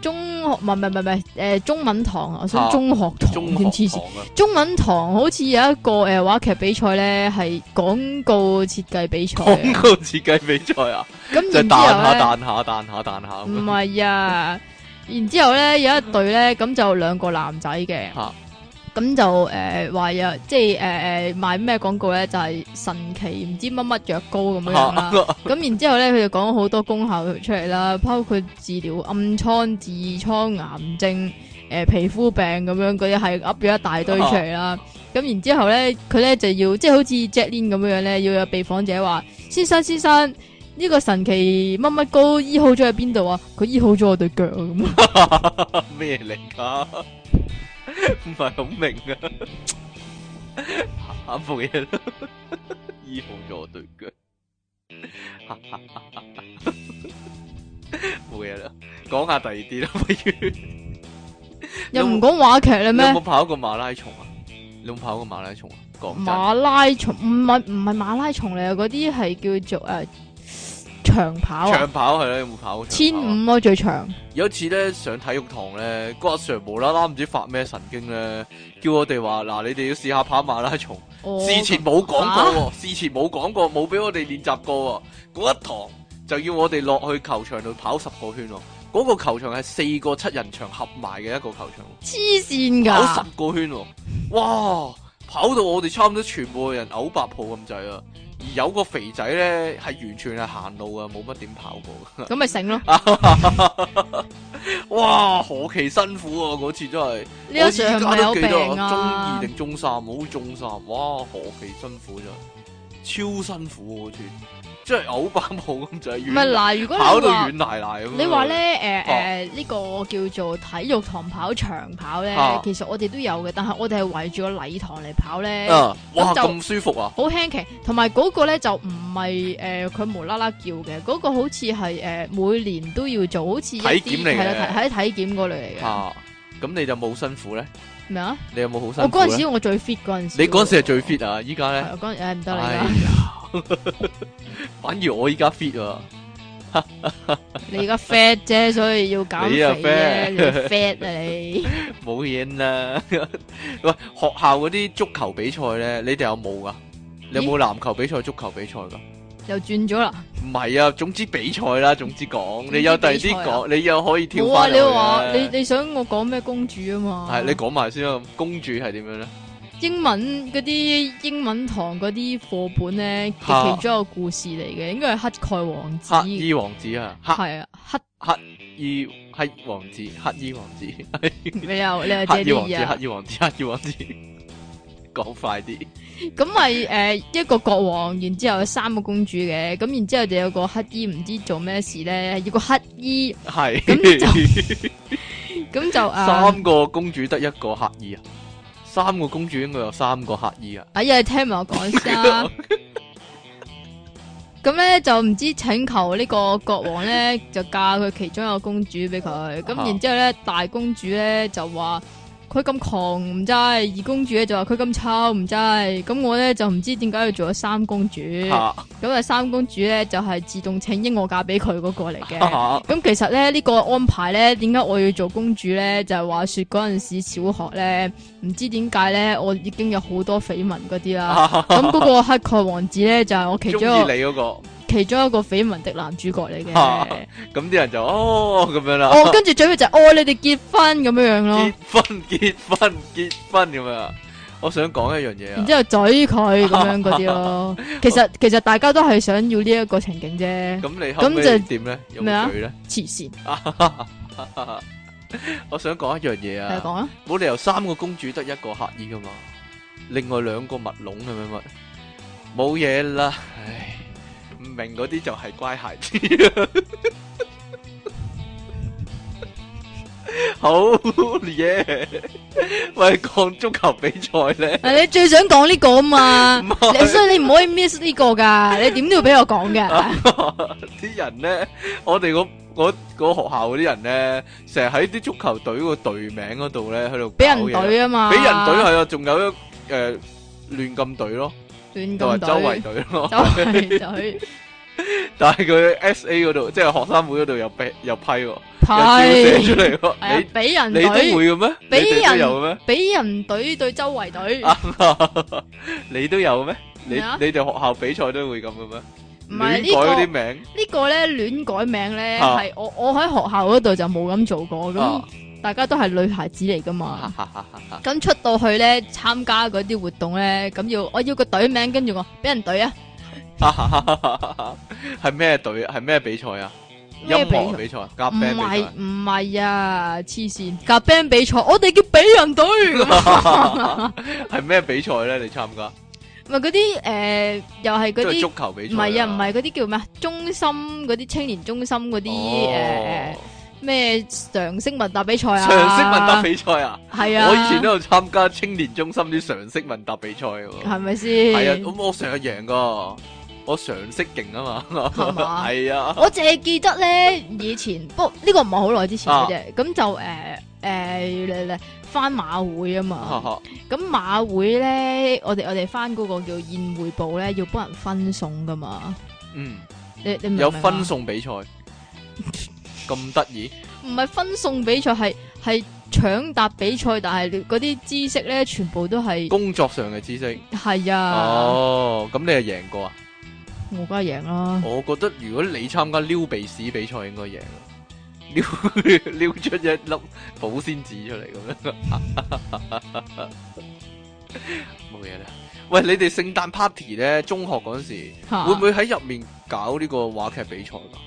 Speaker 1: 中學唔係唔係唔係唔係誒中文堂啊，我
Speaker 2: 啊
Speaker 1: 想中學堂
Speaker 2: 中
Speaker 1: 添
Speaker 2: 學
Speaker 1: 黐線
Speaker 2: 堂。啊，
Speaker 1: 中文堂好似有一個誒話劇比賽咧，係廣告設計比賽嘅。
Speaker 2: 廣告設計比賽啊，
Speaker 1: 咁
Speaker 2: 就
Speaker 1: 然
Speaker 2: 彈
Speaker 1: 之後
Speaker 2: 下
Speaker 1: 咧，
Speaker 2: 彈下彈下彈下咁
Speaker 1: 唔
Speaker 2: 樣。
Speaker 1: 係啊，然之後咧有一隊咧，咁就兩個男仔嘅
Speaker 2: 嚇，
Speaker 1: 咁就誒話有即係誒誒賣咩廣告咧，就係神奇唔知乜乜藥膏咁樣
Speaker 2: 啊
Speaker 1: 樣啦。咁然之後咧，佢就講咗好多功效出嚟啦，包括治療暗瘡、痔瘡、癌症、誒、呃皮膚病咁樣嗰啲，係噏咗一大堆出嚟啦。咁然之後咧，佢咧就要即係好似 Jack Lin 咁樣樣咧，要有被訪者話：先生，先生，呢、個神奇乜乜膏醫好咗喺邊度啊？佢醫好咗我對腳啊！咁
Speaker 2: 咩嚟噶？ 唔係好明啊， 下副嘢 咯，醫好咗我對腳， 冇嘢啦。講下第二啲啦， 不
Speaker 1: 又唔講話劇啦
Speaker 2: 如。你有冇
Speaker 1: 咩？
Speaker 2: 跑過馬拉松啊？你有冇跑過馬拉松啊？講真，
Speaker 1: 馬拉松唔係唔係馬拉松嚟啊，嗰啲係叫做誒、呃、長跑啊，
Speaker 2: 長跑係啦，有冇跑過長
Speaker 1: 千
Speaker 2: 跑啊
Speaker 1: 五咯最長。
Speaker 2: 有一次咧上體育堂咧，個阿 Sir 無啦啦唔知發咩神經咧，叫我哋話嗱，你哋要試下跑馬拉松。
Speaker 1: 哦
Speaker 2: 事前冇講過喎，事前冇講過，冇俾我哋練習過喎。嗰一堂就要我哋落去球場度跑十個圈喎。嗰、個球場係四個七人場合埋嘅一個球場，
Speaker 1: 黐線
Speaker 2: 跑
Speaker 1: 噶
Speaker 2: 十，個圈喎。哇！跑到我哋差唔多全部人嘔白泡咁滯啊！而有個肥仔咧係完全係行路啊，冇乜點跑過。
Speaker 1: 咁咪醒咯。
Speaker 2: 啊哇！何其辛苦啊！嗰次真係〜
Speaker 1: 呢個 Sir 係咪有
Speaker 2: 我依
Speaker 1: 病
Speaker 2: 家都記得中二
Speaker 1: 啊？
Speaker 2: 定中三，好中三，哇，何其辛苦啫，超辛苦好似，真係嘔白泡咁就係
Speaker 1: 唔係
Speaker 2: 遠，
Speaker 1: 嗱，如果
Speaker 2: 啊跑
Speaker 1: 你
Speaker 2: 到哦
Speaker 1: 話
Speaker 2: 軟奶奶咁。
Speaker 1: 你話，咧，誒誒呢個叫做體育堂跑長跑咧
Speaker 2: 啊，
Speaker 1: 其實我哋都有嘅，但係我哋係圍住個禮堂嚟跑咧，
Speaker 2: 啊，哇
Speaker 1: 咁就
Speaker 2: 咁舒服啊，
Speaker 1: 好輕騎。同埋嗰個咧就唔係誒佢無啦啦叫嘅，嗰個好似係誒每年都要做，好似一啲
Speaker 2: 體檢嚟嘅
Speaker 1: 係啦，體係體檢嗰類嚟嘅。
Speaker 2: 啊，咁你就冇辛苦咧？
Speaker 1: 咩啊？
Speaker 2: 你有冇好
Speaker 1: 我
Speaker 2: 辛苦
Speaker 1: 嗰陣
Speaker 2: 咧？
Speaker 1: 時我最 fit 嗰陣時喎，
Speaker 2: 你嗰陣時係最 fit 啊，依家
Speaker 1: 係
Speaker 2: 咧，
Speaker 1: 我嗰陣誒唔得
Speaker 2: 哎
Speaker 1: 啦，
Speaker 2: 呀
Speaker 1: 而，
Speaker 2: 反而我依家 fit 啊，
Speaker 1: 家你而家 fat 啫，所以要減
Speaker 2: 你啊
Speaker 1: 肥啫，你 fat 啊 你。
Speaker 2: 冇嘢啦。 喂，學校嗰啲足球比賽咧，你哋有冇噶？你有冇籃球比賽、足球比賽噶？
Speaker 1: 又轉咗啦，
Speaker 2: 唔係啊，總之比賽啦，總之講，你有第二啲
Speaker 1: 比賽啊
Speaker 2: 講，你又可以跳
Speaker 1: 冇啊！
Speaker 2: 翻
Speaker 1: 你話你你想我講咩公主啊嘛？
Speaker 2: 係你講埋先啊，公主係點樣咧？
Speaker 1: 英文嗰啲英文堂嗰啲課本咧，
Speaker 2: 嚇
Speaker 1: 其其中一個故事嚟嘅，應該係乞丐王子，
Speaker 2: 黑衣王子啊，黑
Speaker 1: 係啊，乞
Speaker 2: 衣黑王子，黑衣王子，
Speaker 1: 你 又你又借
Speaker 2: 黑衣王
Speaker 1: 啲
Speaker 2: 子，
Speaker 1: 嘢啊
Speaker 2: 黑？衣王子，黑衣王子， 講快啲，
Speaker 1: 咁咪誒一個國王，然之後有三個公主嘅，咁然之後就有個乞衣唔知做咩事咧，要個乞衣
Speaker 2: 係
Speaker 1: 咁就啊，
Speaker 2: 三個公主得一個黑衣啊，三個公主應該有三個黑衣啊，
Speaker 1: 哎呀，你聽埋我講先啦。咁咁咧就唔知請求呢個國王咧就嫁佢其中一個公主俾佢，咁
Speaker 2: 啊
Speaker 1: 然之後咧大公主咧就話佢咁狂唔齋，二公主咧就話佢咁臭唔齋，咁我咧就唔知點解要做咗三公主，咁
Speaker 2: 嚇
Speaker 1: 啊三公主咧就係、自動請纓我嫁俾佢嗰個嚟嘅。
Speaker 2: 嚇
Speaker 1: 咁其實咧呢、個安排咧，點解我要做公主咧？就係、話說嗰陣時小學咧，唔知點解咧，我已經有好多緋聞嗰啲啦。咁嗰個黑蓋王子咧，就係、我其
Speaker 2: 中
Speaker 1: 中
Speaker 2: 意
Speaker 1: 一個
Speaker 2: 你嗰個，
Speaker 1: 其中一個緋聞的男主角嚟嘅。
Speaker 2: 啊咁啲人就哦咁樣啦，
Speaker 1: 哦，跟住最尾就係哦，你哋結婚咁樣樣咯
Speaker 2: 結，婚結婚結婚咁樣啊！我想講一樣嘢啊
Speaker 1: 然，之後嘴佢咁樣嗰啲咯。其實其實大家都係想要呢一個情景啫，
Speaker 2: 咁你後
Speaker 1: 咁
Speaker 2: 尾
Speaker 1: 就
Speaker 2: 點咧？有
Speaker 1: 咩
Speaker 2: 冇
Speaker 1: 啊
Speaker 2: 佢咧？
Speaker 1: 黐線，
Speaker 2: 我想講一樣嘢
Speaker 1: 你
Speaker 2: 啊！
Speaker 1: 講啊，
Speaker 2: 冇理由三個公主得一個乞衣噶嘛，另外兩個物籠咁樣乜，冇嘢啦，唉，唔明嗰啲就係乖孩 子。好嘢！喂，講足球比賽咧，
Speaker 1: 你最想講呢個啊嘛，
Speaker 2: 唔係
Speaker 1: 你所以你唔可以 miss 呢個㗎，你點都要俾我講嘅。
Speaker 2: 啲人咧， 我哋嗰嗰嗰學校嗰啲人咧，成日喺啲足球隊個隊名嗰度咧，喺度
Speaker 1: 俾人
Speaker 2: 搞嘢
Speaker 1: 隊啊嘛，
Speaker 2: 俾人隊係啊，仲有一誒亂咁隊咯，
Speaker 1: 亂
Speaker 2: 同埋
Speaker 1: 咁
Speaker 2: 周
Speaker 1: 隊，
Speaker 2: 圍隊咯
Speaker 1: 周。圍隊，
Speaker 2: 但係佢 S.A 嗰度，即係學生會嗰度又批又批喎，又照寫
Speaker 1: 係
Speaker 2: 出嚟
Speaker 1: 係啊
Speaker 2: 喎。，
Speaker 1: 俾人
Speaker 2: 你你都
Speaker 1: 隊，
Speaker 2: 會嘅咩？你
Speaker 1: 俾
Speaker 2: 哋都
Speaker 1: 人
Speaker 2: 有嘅咩？
Speaker 1: 俾人隊對周圍隊，
Speaker 2: 啊 你都有嘅咩？你
Speaker 1: 咩啊
Speaker 2: 你哋學校比賽都會咁嘅咩？
Speaker 1: 唔係
Speaker 2: 亂改嗰
Speaker 1: 呢
Speaker 2: 啲名
Speaker 1: 個呢個咧亂改名咧
Speaker 2: 啊
Speaker 1: 係我我喺學校嗰度就冇咁做過，咁
Speaker 2: 啊
Speaker 1: 大家都係女孩子嚟噶嘛，咁出到去咧參加嗰啲活動咧，咁要我要個隊名，跟住我俾人隊啊，
Speaker 2: 係咩隊？係咩比賽啊？音
Speaker 1: 咩比
Speaker 2: 樂
Speaker 1: 賽？
Speaker 2: 比賽、夾
Speaker 1: 唔
Speaker 2: band 比
Speaker 1: 係
Speaker 2: 賽。
Speaker 1: 唔係啊，黐線夾 band 比賽，我哋叫俾人隊咁啊
Speaker 2: 係咩比賽咧？你參加
Speaker 1: 唔係嗰啲誒，又係嗰
Speaker 2: 都係
Speaker 1: 啲
Speaker 2: 足球比
Speaker 1: 唔
Speaker 2: 賽。
Speaker 1: 係啊，唔係嗰啲叫咩啊？中心嗰啲青年中心嗰啲誒誒
Speaker 2: 哦
Speaker 1: 咩常識問答比賽啊？
Speaker 2: 常識問答比賽啊！
Speaker 1: 係啊，
Speaker 2: 我以前都有參加青年中心啲常識問答比賽嘅喎。
Speaker 1: 係咪先？
Speaker 2: 係啊，咁我成日贏噶，我常識勁啊嘛，
Speaker 1: 係嘛
Speaker 2: 係啊，
Speaker 1: 我淨係記得咧，以前不過呢個唔係好耐之前嘅
Speaker 2: 啊
Speaker 1: 啫，咁就誒誒嚟嚟翻馬會啊嘛，咁馬會咧，我哋我哋翻嗰個叫宴會部咧，要幫人分送噶嘛，
Speaker 2: 嗯，
Speaker 1: 你你明唔明啊
Speaker 2: 有分送比賽，咁得意，
Speaker 1: 唔係分送比賽，係係搶答比賽，但係你嗰啲知識咧，全部都係
Speaker 2: 工作上嘅知識。
Speaker 1: 係啊，
Speaker 2: 哦，咁你係贏過啊？
Speaker 1: 我梗係贏 啦，
Speaker 2: 我覺得如果你參加撩鼻屎比賽，應該贏啊， 撩撩出一粒保鮮紙出嚟咁樣， 冇嘢啦。喂，你哋聖誕 party 咧，中學嗰陣時。
Speaker 1: 嚇
Speaker 2: 會唔會喺入面搞呢個話劇比賽噶？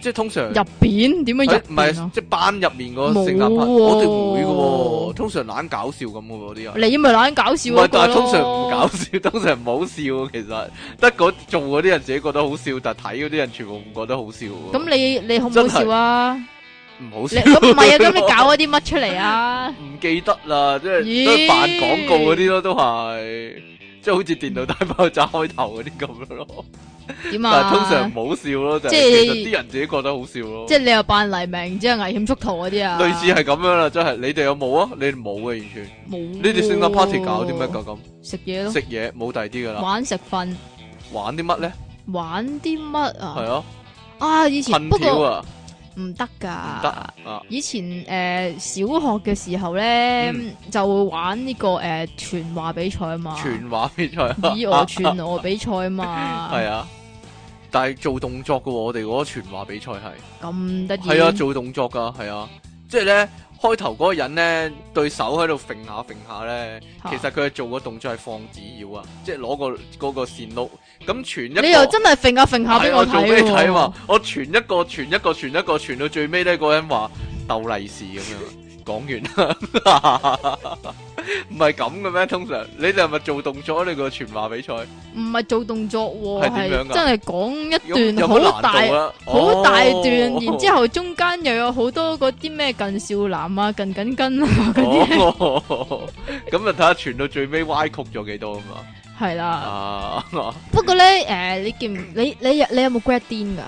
Speaker 2: 即係通常
Speaker 1: 入邊點樣
Speaker 2: 喺
Speaker 1: 入
Speaker 2: 哎唔
Speaker 1: 邊啊
Speaker 2: 係即係班入面個聖誕
Speaker 1: 冇
Speaker 2: 派，
Speaker 1: 喎
Speaker 2: 我哋會嘅喎，通常懶搞笑咁嘅喎啲人。
Speaker 1: 你咪懶搞笑嗰
Speaker 2: 唔係，
Speaker 1: 個
Speaker 2: 但
Speaker 1: 咯
Speaker 2: 係通常唔搞笑， 通常唔好笑。其實得嗰做嗰啲人自己覺得好笑，但係睇嗰啲人全部唔覺得好笑喎。
Speaker 1: 咁你你好唔好笑啊？
Speaker 2: 唔好
Speaker 1: 你
Speaker 2: 笑，
Speaker 1: 咁唔係啊？咁你搞咗啲乜出嚟啊？
Speaker 2: 唔記得啦，即係
Speaker 1: 咦
Speaker 2: 都係扮廣告嗰啲咯，都係即係好似電腦大爆炸開頭嗰啲咁 樣咯。
Speaker 1: 點
Speaker 2: 但係
Speaker 1: 啊？
Speaker 2: 通常唔好笑咯，就係
Speaker 1: 即係
Speaker 2: 其實啲人自己覺得好笑咯。
Speaker 1: 即係你又扮黎明，之後危險速逃嗰啲啊？
Speaker 2: 類似係咁樣啦，真係。你哋有冇啊？你哋冇嘅完全。
Speaker 1: 冇喎。
Speaker 2: 你
Speaker 1: 呢
Speaker 2: 哋聖誕 party 搞啲咩噶？咁？
Speaker 1: 食嘢咯
Speaker 2: 食，啊嘢冇第二啲噶啦。
Speaker 1: 玩食瞓，
Speaker 2: 玩啲乜咧？
Speaker 1: 玩啲乜
Speaker 2: 係
Speaker 1: 啊？
Speaker 2: 啊，
Speaker 1: 啊，以前不
Speaker 2: 噴條
Speaker 1: 過
Speaker 2: 啊，
Speaker 1: 唔得
Speaker 2: 唔
Speaker 1: 㗎，
Speaker 2: 得啊。
Speaker 1: 以前誒、呃小學嘅時候咧，
Speaker 2: 嗯
Speaker 1: 就會玩呢、個誒、呃、傳話比賽啊嘛，
Speaker 2: 全話比賽啊，
Speaker 1: 以我傳我比賽啊 嘛，
Speaker 2: 係啊。但係做動作噶喎，我哋嗰個全話比賽係
Speaker 1: 咁得意，
Speaker 2: 係啊，做動作噶係啊，即係咧開頭嗰個人咧對手喺度揈下揈下咧，
Speaker 1: 嚇
Speaker 2: 其實佢係做個動作係放紙鷂啊，即係攞個嗰個線碌咁傳一個。
Speaker 1: 你又真係揈下揈下俾
Speaker 2: 係啊
Speaker 1: 我
Speaker 2: 做
Speaker 1: 睇
Speaker 2: 俾你睇
Speaker 1: 喎
Speaker 2: 嘛，，我傳一個，傳一個，傳一個，傳 到最尾呢嗰個人話鬥利是咁樣，講完啦。唔係咁嘅咩？通常你哋係咪做動作呢個傳話比賽？
Speaker 1: 唔係做動作
Speaker 2: 係
Speaker 1: 喎，
Speaker 2: 點樣㗎
Speaker 1: 係真係講
Speaker 2: 有
Speaker 1: 一段
Speaker 2: 有冇
Speaker 1: 好
Speaker 2: 難度
Speaker 1: 大
Speaker 2: 啊？
Speaker 1: 好大
Speaker 2: 哦
Speaker 1: 段，然之後中間又有好多嗰啲咩近少男啊、近緊跟啊嗰啲，
Speaker 2: 哦， 咁啊睇下傳到最尾歪曲咗幾多啊嘛。
Speaker 1: 係啦。
Speaker 2: 啊，
Speaker 1: 不過咧，誒你見唔你你你有冇 grad din 㗎？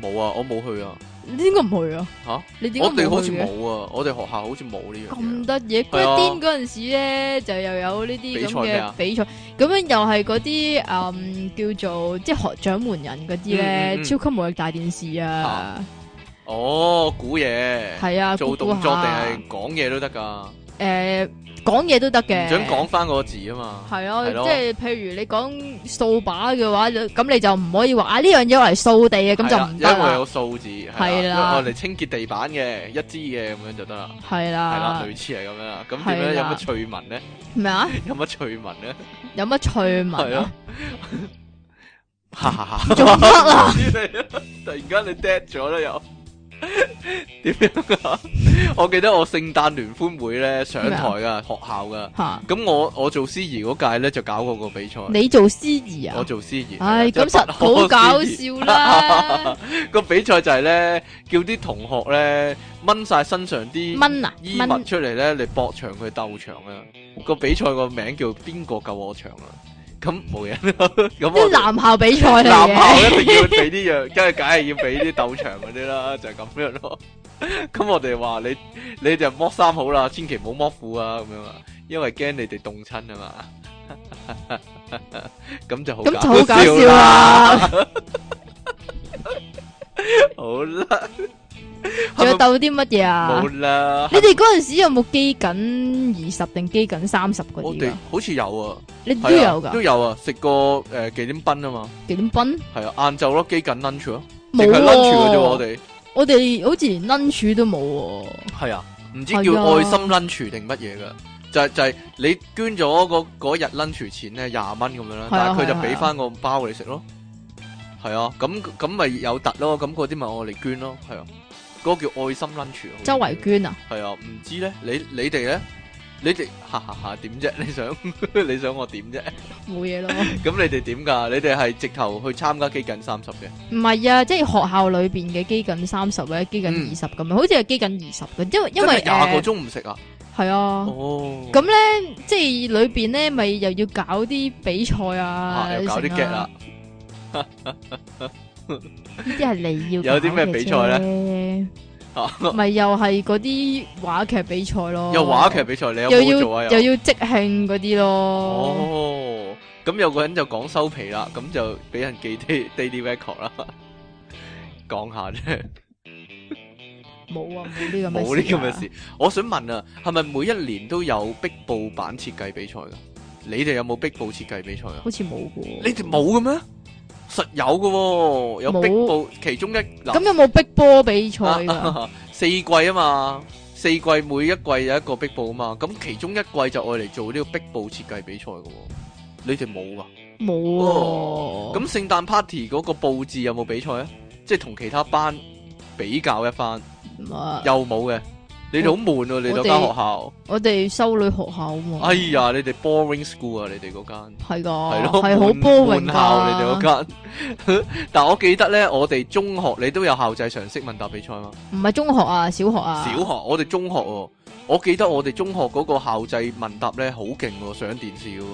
Speaker 2: 冇啊，我冇去啊。
Speaker 1: 你點解唔去啊？
Speaker 2: 嚇
Speaker 1: 你點
Speaker 2: 我
Speaker 1: 解
Speaker 2: 哋好
Speaker 1: 唔
Speaker 2: 似
Speaker 1: 去
Speaker 2: 冇
Speaker 1: 嘅？
Speaker 2: 啊，我哋學校好似冇呢樣嘢。
Speaker 1: 咁得嘢
Speaker 2: 係啊
Speaker 1: ，grad din 嗰陣時咧就又有呢啲咁
Speaker 2: 比賽咩啊
Speaker 1: 嘅比賽，咁樣又係嗰啲誒叫做即係學掌門人嗰啲
Speaker 2: 嗯嗯
Speaker 1: 咧，
Speaker 2: 嗯
Speaker 1: 超級無力大電視啊，
Speaker 2: 哦，估嘢，
Speaker 1: 係啊，
Speaker 2: 做
Speaker 1: 動
Speaker 2: 動作定係講嘢都得噶，唔
Speaker 1: 誒講嘢都得嘅，
Speaker 2: 准講翻個字啊嘛。
Speaker 1: 系咯，
Speaker 2: 係咯
Speaker 1: 即係譬如你講掃把嘅話，咁你就唔可以話啊呢樣嘢用嚟掃地嘅，咁就
Speaker 2: 係啦啊
Speaker 1: 唔
Speaker 2: 因為
Speaker 1: 得啦。
Speaker 2: 有數字，係啦，
Speaker 1: 係啦
Speaker 2: 因為我哋清潔地板嘅一支嘅咁樣就得啦，
Speaker 1: 係
Speaker 2: 係啦，
Speaker 1: 啦，
Speaker 2: 類似係咁樣啦。咁點樣
Speaker 1: 係
Speaker 2: 有
Speaker 1: 啦
Speaker 2: 乜趣聞咧？
Speaker 1: 咩啊？
Speaker 2: 有乜趣聞咧？
Speaker 1: 有乜趣
Speaker 2: 係
Speaker 1: 聞啊？，
Speaker 2: 啊哈哈哈。
Speaker 1: 仲得啦，
Speaker 2: 知你啊！ 突然間你 dead 咗啦又，點樣啊？我記得我聖誕聯歡會咧上台
Speaker 1: 啊
Speaker 2: 噶，學校噶。
Speaker 1: 吓
Speaker 2: 咁我我做司儀嗰屆咧就搞過個比賽，
Speaker 1: 你做司儀
Speaker 2: 我
Speaker 1: 啊？
Speaker 2: 做司儀。
Speaker 1: 唉，
Speaker 2: 真
Speaker 1: 咁實
Speaker 2: 係不可
Speaker 1: 好搞
Speaker 2: 思議
Speaker 1: 笑 啦！
Speaker 2: 個比賽就係咧，叫啲同學咧掹晒身上啲
Speaker 1: 蚊啊
Speaker 2: 衣物
Speaker 1: 蚊，
Speaker 2: 出嚟咧，嚟搏場去鬥場啊！個比賽個名叫邊個夠我場啊？咁冇嘢 啦，咁我
Speaker 1: 啲
Speaker 2: 就。
Speaker 1: 男校比賽嚟
Speaker 2: 男
Speaker 1: 嘅，
Speaker 2: 校一定要俾啲樣，梗係梗係要俾啲鬥場嗰啲啦，就係咁樣 咯。咁我哋話你你就剝衫好啦，千祈唔好剝褲啊咁樣啊，因為驚你哋凍親啊 嘛。咁就好
Speaker 1: 咁就好搞笑
Speaker 2: 啦。
Speaker 1: 啦！
Speaker 2: 好啦，
Speaker 1: 仲有鬥啲乜嘢啊？
Speaker 2: 冇啦
Speaker 1: 你。哋嗰阵时有冇基緊二十定基緊三十嗰
Speaker 2: 我
Speaker 1: 啲
Speaker 2: 哋
Speaker 1: 噶？
Speaker 2: 好似有啊，
Speaker 1: 你哋
Speaker 2: 係啊
Speaker 1: 都有噶
Speaker 2: 都？有啊，食過誒忌廉賓啊嘛，
Speaker 1: 幾點分？
Speaker 2: 係啊，晏晝咯，基緊 lunch 咯，
Speaker 1: 冇
Speaker 2: 淨係 lunch 嘅啫喎，我
Speaker 1: 喎，
Speaker 2: 哋
Speaker 1: 我哋好似連 lunch 都冇喎。
Speaker 2: 系啊，唔知
Speaker 1: 係
Speaker 2: 叫
Speaker 1: 啊
Speaker 2: 愛心 lunch 定乜嘢噶，就係就係你捐咗嗰嗰日 lunch 錢咧廿蚊咁樣啦，
Speaker 1: 係啊
Speaker 2: 但係佢就
Speaker 1: 係啊
Speaker 2: 俾翻個包你食咯，係啊，咁咁咪有突咯，咁嗰啲咪我嚟捐咯，係啊，嗰、個叫愛心 lunch，好似
Speaker 1: 周圍捐啊？
Speaker 2: 係啊，唔知咧，你你哋咧，你哋哈哈哈點啫？ 你想你想我點啫？
Speaker 1: 冇嘢 咯，
Speaker 2: 咁你哋點㗎？你哋係直頭去參加基近三十嘅，
Speaker 1: 唔係啊，即係學校裏边嘅基緊三十或者基緊二十咁樣，好似係基緊二十嘅，因為因
Speaker 2: 嗯真
Speaker 1: 为
Speaker 2: 係廿個
Speaker 1: 诶
Speaker 2: 鐘唔食啊？
Speaker 1: 系啊，
Speaker 2: 哦，
Speaker 1: 咁咧即係裏边咧咪又要搞啲比賽啊
Speaker 2: 啊，又搞啲
Speaker 1: 成
Speaker 2: get 啦。，
Speaker 1: 呢啲係你要
Speaker 2: 有啲咩比 賽
Speaker 1: 咧？
Speaker 2: 啊
Speaker 1: 咪又係嗰啲話劇比賽咯，
Speaker 2: 有話劇比賽，你有
Speaker 1: 哦又
Speaker 2: 冇
Speaker 1: 要
Speaker 2: 做啊？
Speaker 1: 又要即興嗰啲咯，
Speaker 2: 哦，咁有個人就講收皮啦，咁就俾人記 da- daily record 啦。 講下啫，
Speaker 1: 冇啊冇呢咁嘅
Speaker 2: 冇呢咁嘅
Speaker 1: 啊，
Speaker 2: 事。我想問啊，係咪每一年都有壁布版設計比賽噶？你哋有冇壁布設計比賽啊？
Speaker 1: 好似冇嘅
Speaker 2: 你
Speaker 1: 喎。
Speaker 2: 哋冇嘅咩？實有嘅喎，有壁布，其中一
Speaker 1: 咁
Speaker 2: 嗱
Speaker 1: 有冇逼波比賽㗎？
Speaker 2: 啊四季啊嘛，四季每一季有一個壁布啊嘛，咁其中一季就愛嚟做呢個壁布設計比賽嘅喎，你哋冇噶？
Speaker 1: 冇喎。
Speaker 2: 咁聖誕 party 嗰個佈置有冇比賽啊？即係同其他班比較一番，
Speaker 1: 咁啊，
Speaker 2: 又冇嘅。你哋好悶喎，你哋嗰間
Speaker 1: 我哋
Speaker 2: 學校。
Speaker 1: 我哋修女學校啊嘛，
Speaker 2: 哎呀，你哋 boring school 啊，你哋嗰間。
Speaker 1: 係噶，
Speaker 2: 係咯，
Speaker 1: 哦係好
Speaker 2: 悶
Speaker 1: boring
Speaker 2: 悶校你
Speaker 1: 噶，
Speaker 2: 哋嗰間。 但我記得咧，我哋中學你都有校際常識問答比賽嘛。
Speaker 1: 唔係中學啊，小學啊，
Speaker 2: 小學，我哋中學喎，我記得我哋中學嗰個校際問答咧好勁喎，上電視嘅喎。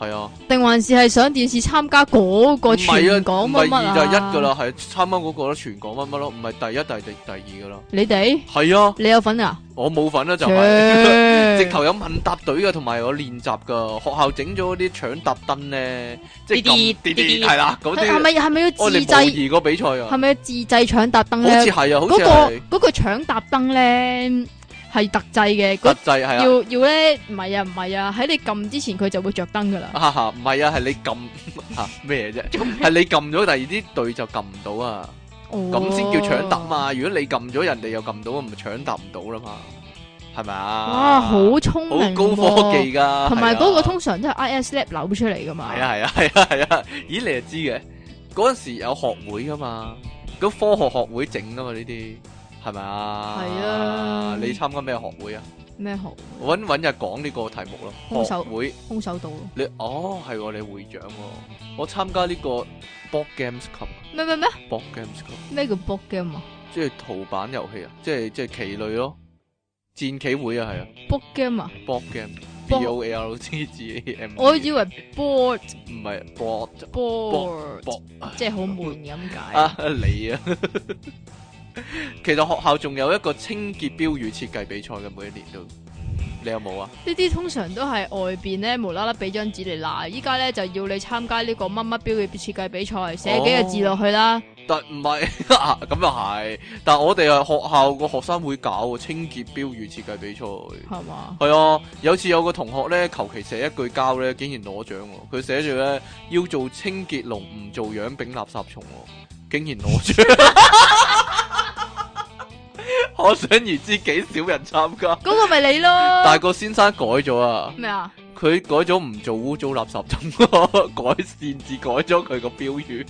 Speaker 2: 係啊，
Speaker 1: 定還是係上電視參加嗰
Speaker 2: 唔
Speaker 1: 個
Speaker 2: 係啊，
Speaker 1: 全港
Speaker 2: 唔
Speaker 1: 乜
Speaker 2: 係
Speaker 1: 乜啊？
Speaker 2: 二就係一噶，啦，係參加嗰個咯，全港乜乜咯，唔係第一、第第第二噶啦。
Speaker 1: 你哋
Speaker 2: 系啊，
Speaker 1: 你有份啊？
Speaker 2: 我冇份啦，就係
Speaker 1: 切
Speaker 2: 直頭有問答隊嘅，同埋我練習噶。學校整咗啲搶答燈咧，即
Speaker 1: 滴
Speaker 2: 係撳
Speaker 1: 滴
Speaker 2: 滴
Speaker 1: 滴滴
Speaker 2: 係啦，嗰
Speaker 1: 係係
Speaker 2: 啲哦
Speaker 1: 咪係咪要
Speaker 2: 我
Speaker 1: 自
Speaker 2: 哋模
Speaker 1: 製？
Speaker 2: 擬個比賽
Speaker 1: 係
Speaker 2: 啊，
Speaker 1: 咪要自製搶答燈
Speaker 2: 好似
Speaker 1: 咧？
Speaker 2: 係啊，好
Speaker 1: 嗰
Speaker 2: 似係
Speaker 1: 個嗰個搶答燈咧係特製嘅，
Speaker 2: 特
Speaker 1: 嗰
Speaker 2: 製係啊
Speaker 1: 要要咧唔係啊唔係啊，喺你撳之前佢就會着燈噶啦。
Speaker 2: 啊，哈哈唔係啊，係你撳 嚇咩啫？係你撳咗，第二啲隊就撳唔到啊，咁
Speaker 1: 咁
Speaker 2: 先叫搶答。嘛。如果你撳咗，人哋又撳到，咪搶答唔到啦嘛，係咪啊？
Speaker 1: 哇，好聰
Speaker 2: 好
Speaker 1: 明，
Speaker 2: 高科技。㗎，
Speaker 1: 同埋
Speaker 2: 係啊
Speaker 1: 嗰個通常都係 IS Lab 扭出嚟噶嘛。
Speaker 2: 系，啊系啊系啊系啊！咦，你又知嘅？嗰阵时有學會噶嘛？咁科學學會整噶嘛？呢啲係咪啊？
Speaker 1: 係啊
Speaker 2: 你參加咩學會啊？
Speaker 1: 咩豪
Speaker 2: 搵搵日講呢個題目咯，
Speaker 1: 空
Speaker 2: 學
Speaker 1: 手
Speaker 2: 會
Speaker 1: 空手道咯？
Speaker 2: 你哦係喎，你會長喎，我參加呢個 Board Games Club，Board
Speaker 1: 咩咩咩
Speaker 2: Games Club
Speaker 1: 咩叫 board game 啊
Speaker 2: 即係圖版遊戲啊，即係即係棋類咯，戰棋會啊係啊
Speaker 1: ？board game 啊？
Speaker 2: ，Board Game B
Speaker 1: Board-
Speaker 2: O L T G A M，E
Speaker 1: 我以為 board
Speaker 2: 唔係 Board
Speaker 1: board
Speaker 2: Board
Speaker 1: 即係好悶咁解。
Speaker 2: 啊你啊，其實學校仲有一個清潔標語設計比賽嘅，每一年都，你有冇啊？
Speaker 1: 呢啲通常都係外邊咧無啦啦俾張紙你嗱，依家咧就要你參加呢個乜乜標嘅設計比賽，
Speaker 2: 哦
Speaker 1: 寫幾個字落去啦。
Speaker 2: 但唔係 啊咁又係，但我哋係啊學校個學生會搞喎清潔標語設計比賽。
Speaker 1: 係 嘛？
Speaker 2: 係啊，有次有個同學咧，求其寫一句交咧，竟然攞獎喎。佢寫住咧要做清潔龍，唔做養丙垃圾蟲喎，竟然攞獎。可想而知幾少人參加，
Speaker 1: 嗰個咪你
Speaker 2: 但
Speaker 1: 咯？
Speaker 2: 係個先生改咗啊。
Speaker 1: 咩啊？
Speaker 2: 佢改咗唔做污糟垃圾桶，改擅自改咗佢個標語，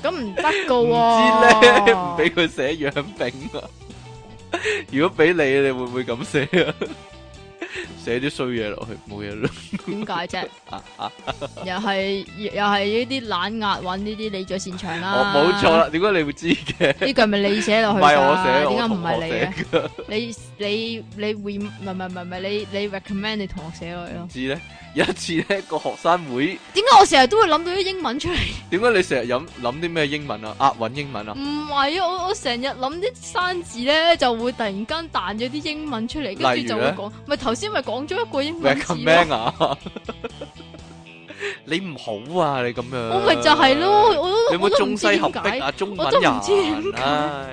Speaker 1: 咁唔得噶
Speaker 2: 唔
Speaker 1: 喎。
Speaker 2: 知咧 唔俾佢寫養丙啊！如果俾你，你會唔會咁寫啊？ 寫啲衰嘢落去，冇嘢啦。
Speaker 1: 點解 啫？又係又係呢啲懶壓揾呢啲你最擅長
Speaker 2: 哦，
Speaker 1: 啦。
Speaker 2: 冇錯啦，點解你會知嘅？
Speaker 1: 呢句咪你寫落
Speaker 2: 唔
Speaker 1: 去㗎
Speaker 2: 係我寫，我
Speaker 1: 點解唔
Speaker 2: 同
Speaker 1: 係
Speaker 2: 學
Speaker 1: 你啊
Speaker 2: 寫嘅。
Speaker 1: 嘅？你你你 re 唔係唔係唔係唔係你你 recommend 你同學寫落去咯
Speaker 2: 唔？知咧，有一次咧個學生會，
Speaker 1: 點解我成日都會諗到啲英文出嚟？
Speaker 2: 點解你成日諗諗啲咩英文啊？押韻英文啊？
Speaker 1: 唔係啊，我我成日諗啲生字咧，就會突然間彈咗啲英文出嚟，跟
Speaker 2: 例
Speaker 1: 住
Speaker 2: 如
Speaker 1: 就會
Speaker 2: 咧
Speaker 1: 講，咪頭先咪講咗一個英文字咯
Speaker 2: recommend 啊！ 你唔好啊！你咁樣，
Speaker 1: 我咪就係咯，我 都
Speaker 2: 你有冇
Speaker 1: 我都唔
Speaker 2: 中
Speaker 1: 知
Speaker 2: 西合
Speaker 1: 點
Speaker 2: 璧
Speaker 1: 解。
Speaker 2: 啊？中文
Speaker 1: 我都唔知
Speaker 2: 人，
Speaker 1: 點解
Speaker 2: 唉，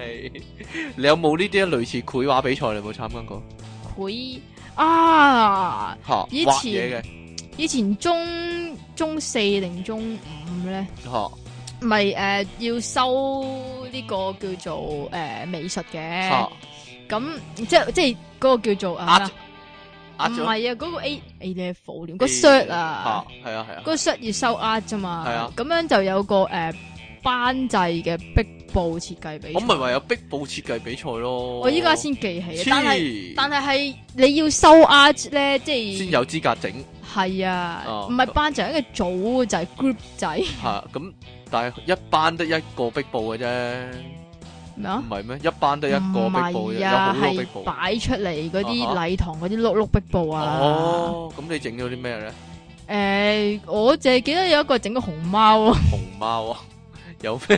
Speaker 2: 你有冇呢啲類似繪畫比賽？你有冇參加過？
Speaker 1: 佢啊，
Speaker 2: 吓，
Speaker 1: 以
Speaker 2: 畫嘢
Speaker 1: 前
Speaker 2: 嘅
Speaker 1: 以前中中四定中五咧，
Speaker 2: 吓
Speaker 1: 咪誒、呃要收呢個叫做誒、呃美術嘅。
Speaker 2: 吓，
Speaker 1: 咁即係即係嗰個叫做
Speaker 2: 壓
Speaker 1: 啊，
Speaker 2: 壓
Speaker 1: 唔
Speaker 2: 咗
Speaker 1: 係啊，嗰個 A A level 連個 shirt 啊，
Speaker 2: 呃吓，係啊係啊
Speaker 1: 嗰，個 shirt 要收壓啫嘛，
Speaker 2: 係啊
Speaker 1: 咁樣就有個誒班制嘅壁布設計比賽
Speaker 2: 我咪話有壁布設計比賽咯。
Speaker 1: 我依家先記起，但係
Speaker 2: 黐，
Speaker 1: 但係係你要收壓咧，
Speaker 2: 先
Speaker 1: 即係
Speaker 2: 有資格整
Speaker 1: 係啊
Speaker 2: 哦，
Speaker 1: 唔係班制，一個組就係 group 仔，
Speaker 2: 吓咁，但係一班得一個壁布嘅啫，
Speaker 1: 咩啊
Speaker 2: 唔？係咩？一班得一個
Speaker 1: 唔
Speaker 2: 壁布嘅
Speaker 1: 係
Speaker 2: 啫，有好
Speaker 1: 啊，
Speaker 2: 多壁
Speaker 1: 係
Speaker 2: 布。
Speaker 1: 擺出嚟嗰
Speaker 2: 啊
Speaker 1: 啲
Speaker 2: 哈
Speaker 1: 禮堂嗰啲碌碌壁布啊。
Speaker 2: 哦，咁你整咗啲咩咧？
Speaker 1: 诶，我淨係記得有一個整個熊貓啊。
Speaker 2: 熊貓啊， 有咩？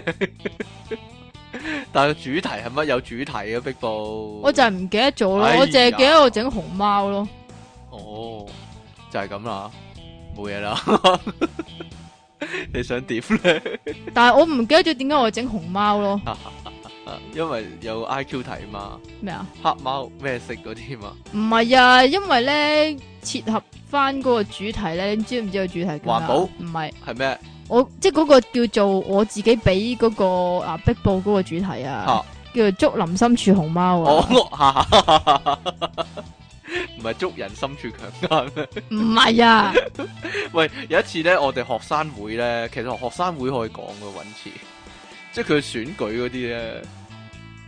Speaker 2: 但係主題係乜？有主題嘅壁布。
Speaker 1: 我就係唔記得咗咯，
Speaker 2: 哎呀
Speaker 1: 我淨係記得我整熊貓咯。
Speaker 2: 哦，就係咁啦，冇嘢啦。 你想點咧？
Speaker 1: 但係我唔記得咗點解我整熊貓咯。
Speaker 2: 因為有 I Q 題嘛，
Speaker 1: 咩啊？
Speaker 2: 黑貓咩色嗰啲嘛，
Speaker 1: 唔係啊，因為咧切合翻嗰個主題咧，你知唔知個主題叫咩啊
Speaker 2: 環保
Speaker 1: 唔係
Speaker 2: 係咩？
Speaker 1: 我即係嗰個叫做我自己俾嗰、個啊壁布嗰個主題啊
Speaker 2: 啊，
Speaker 1: 叫做竹林深處熊貓
Speaker 2: 哦
Speaker 1: 啊。，
Speaker 2: 唔係捉人心處強奸咩？
Speaker 1: 唔係啊，
Speaker 2: 喂，有一次咧，我哋學生會咧，其實學生會可以講嘅揾次，即係佢選舉嗰啲咧，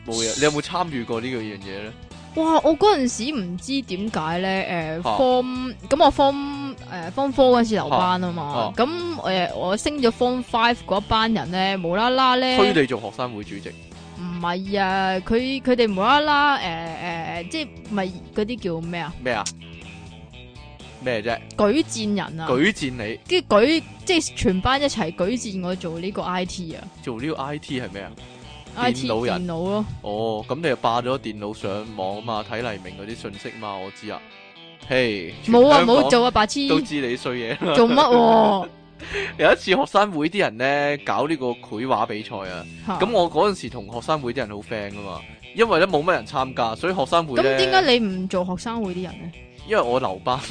Speaker 2: 冇嘢。你有冇參與過呢個樣嘢咧？
Speaker 1: 哇！我嗰陣時唔知點解咧，诶、
Speaker 2: 啊
Speaker 1: form 咁我 form 诶 form four 嗰陣時留班啊
Speaker 2: 啊
Speaker 1: 嘛，咁诶、誒我升咗 form five 嗰一班人咧，無啦啦咧。
Speaker 2: 推你做學生會主席，
Speaker 1: 唔係啊，佢佢哋無啦啦誒誒，即係咪嗰啲叫咩啊？
Speaker 2: 咩啊？咩啫？
Speaker 1: 舉薦人啊，
Speaker 2: 舉薦你
Speaker 1: 跟住舉即係全班一齊舉薦我做呢個 I T 啊
Speaker 2: 做呢個 I T 係咩啊？
Speaker 1: ，I T
Speaker 2: 電腦人
Speaker 1: 電腦咯，
Speaker 2: 哦，咁你就霸咗電腦上網啊嘛，睇黎明嗰啲信息嘛，我知啊。嘿，
Speaker 1: 冇啊
Speaker 2: 全香港
Speaker 1: 冇做啊，白痴
Speaker 2: 都知你衰嘢 啦。
Speaker 1: 做乜喎？
Speaker 2: 有一次學生會啲人咧搞呢個繪畫比賽啊。
Speaker 1: 嚇
Speaker 2: 咁我嗰陣時同學生會啲人好 friend 噶嘛，因為咧冇乜人參加，所以學生會
Speaker 1: 咁
Speaker 2: 咧，
Speaker 1: 點解你唔做學生會啲人咧？
Speaker 2: 因為我留班，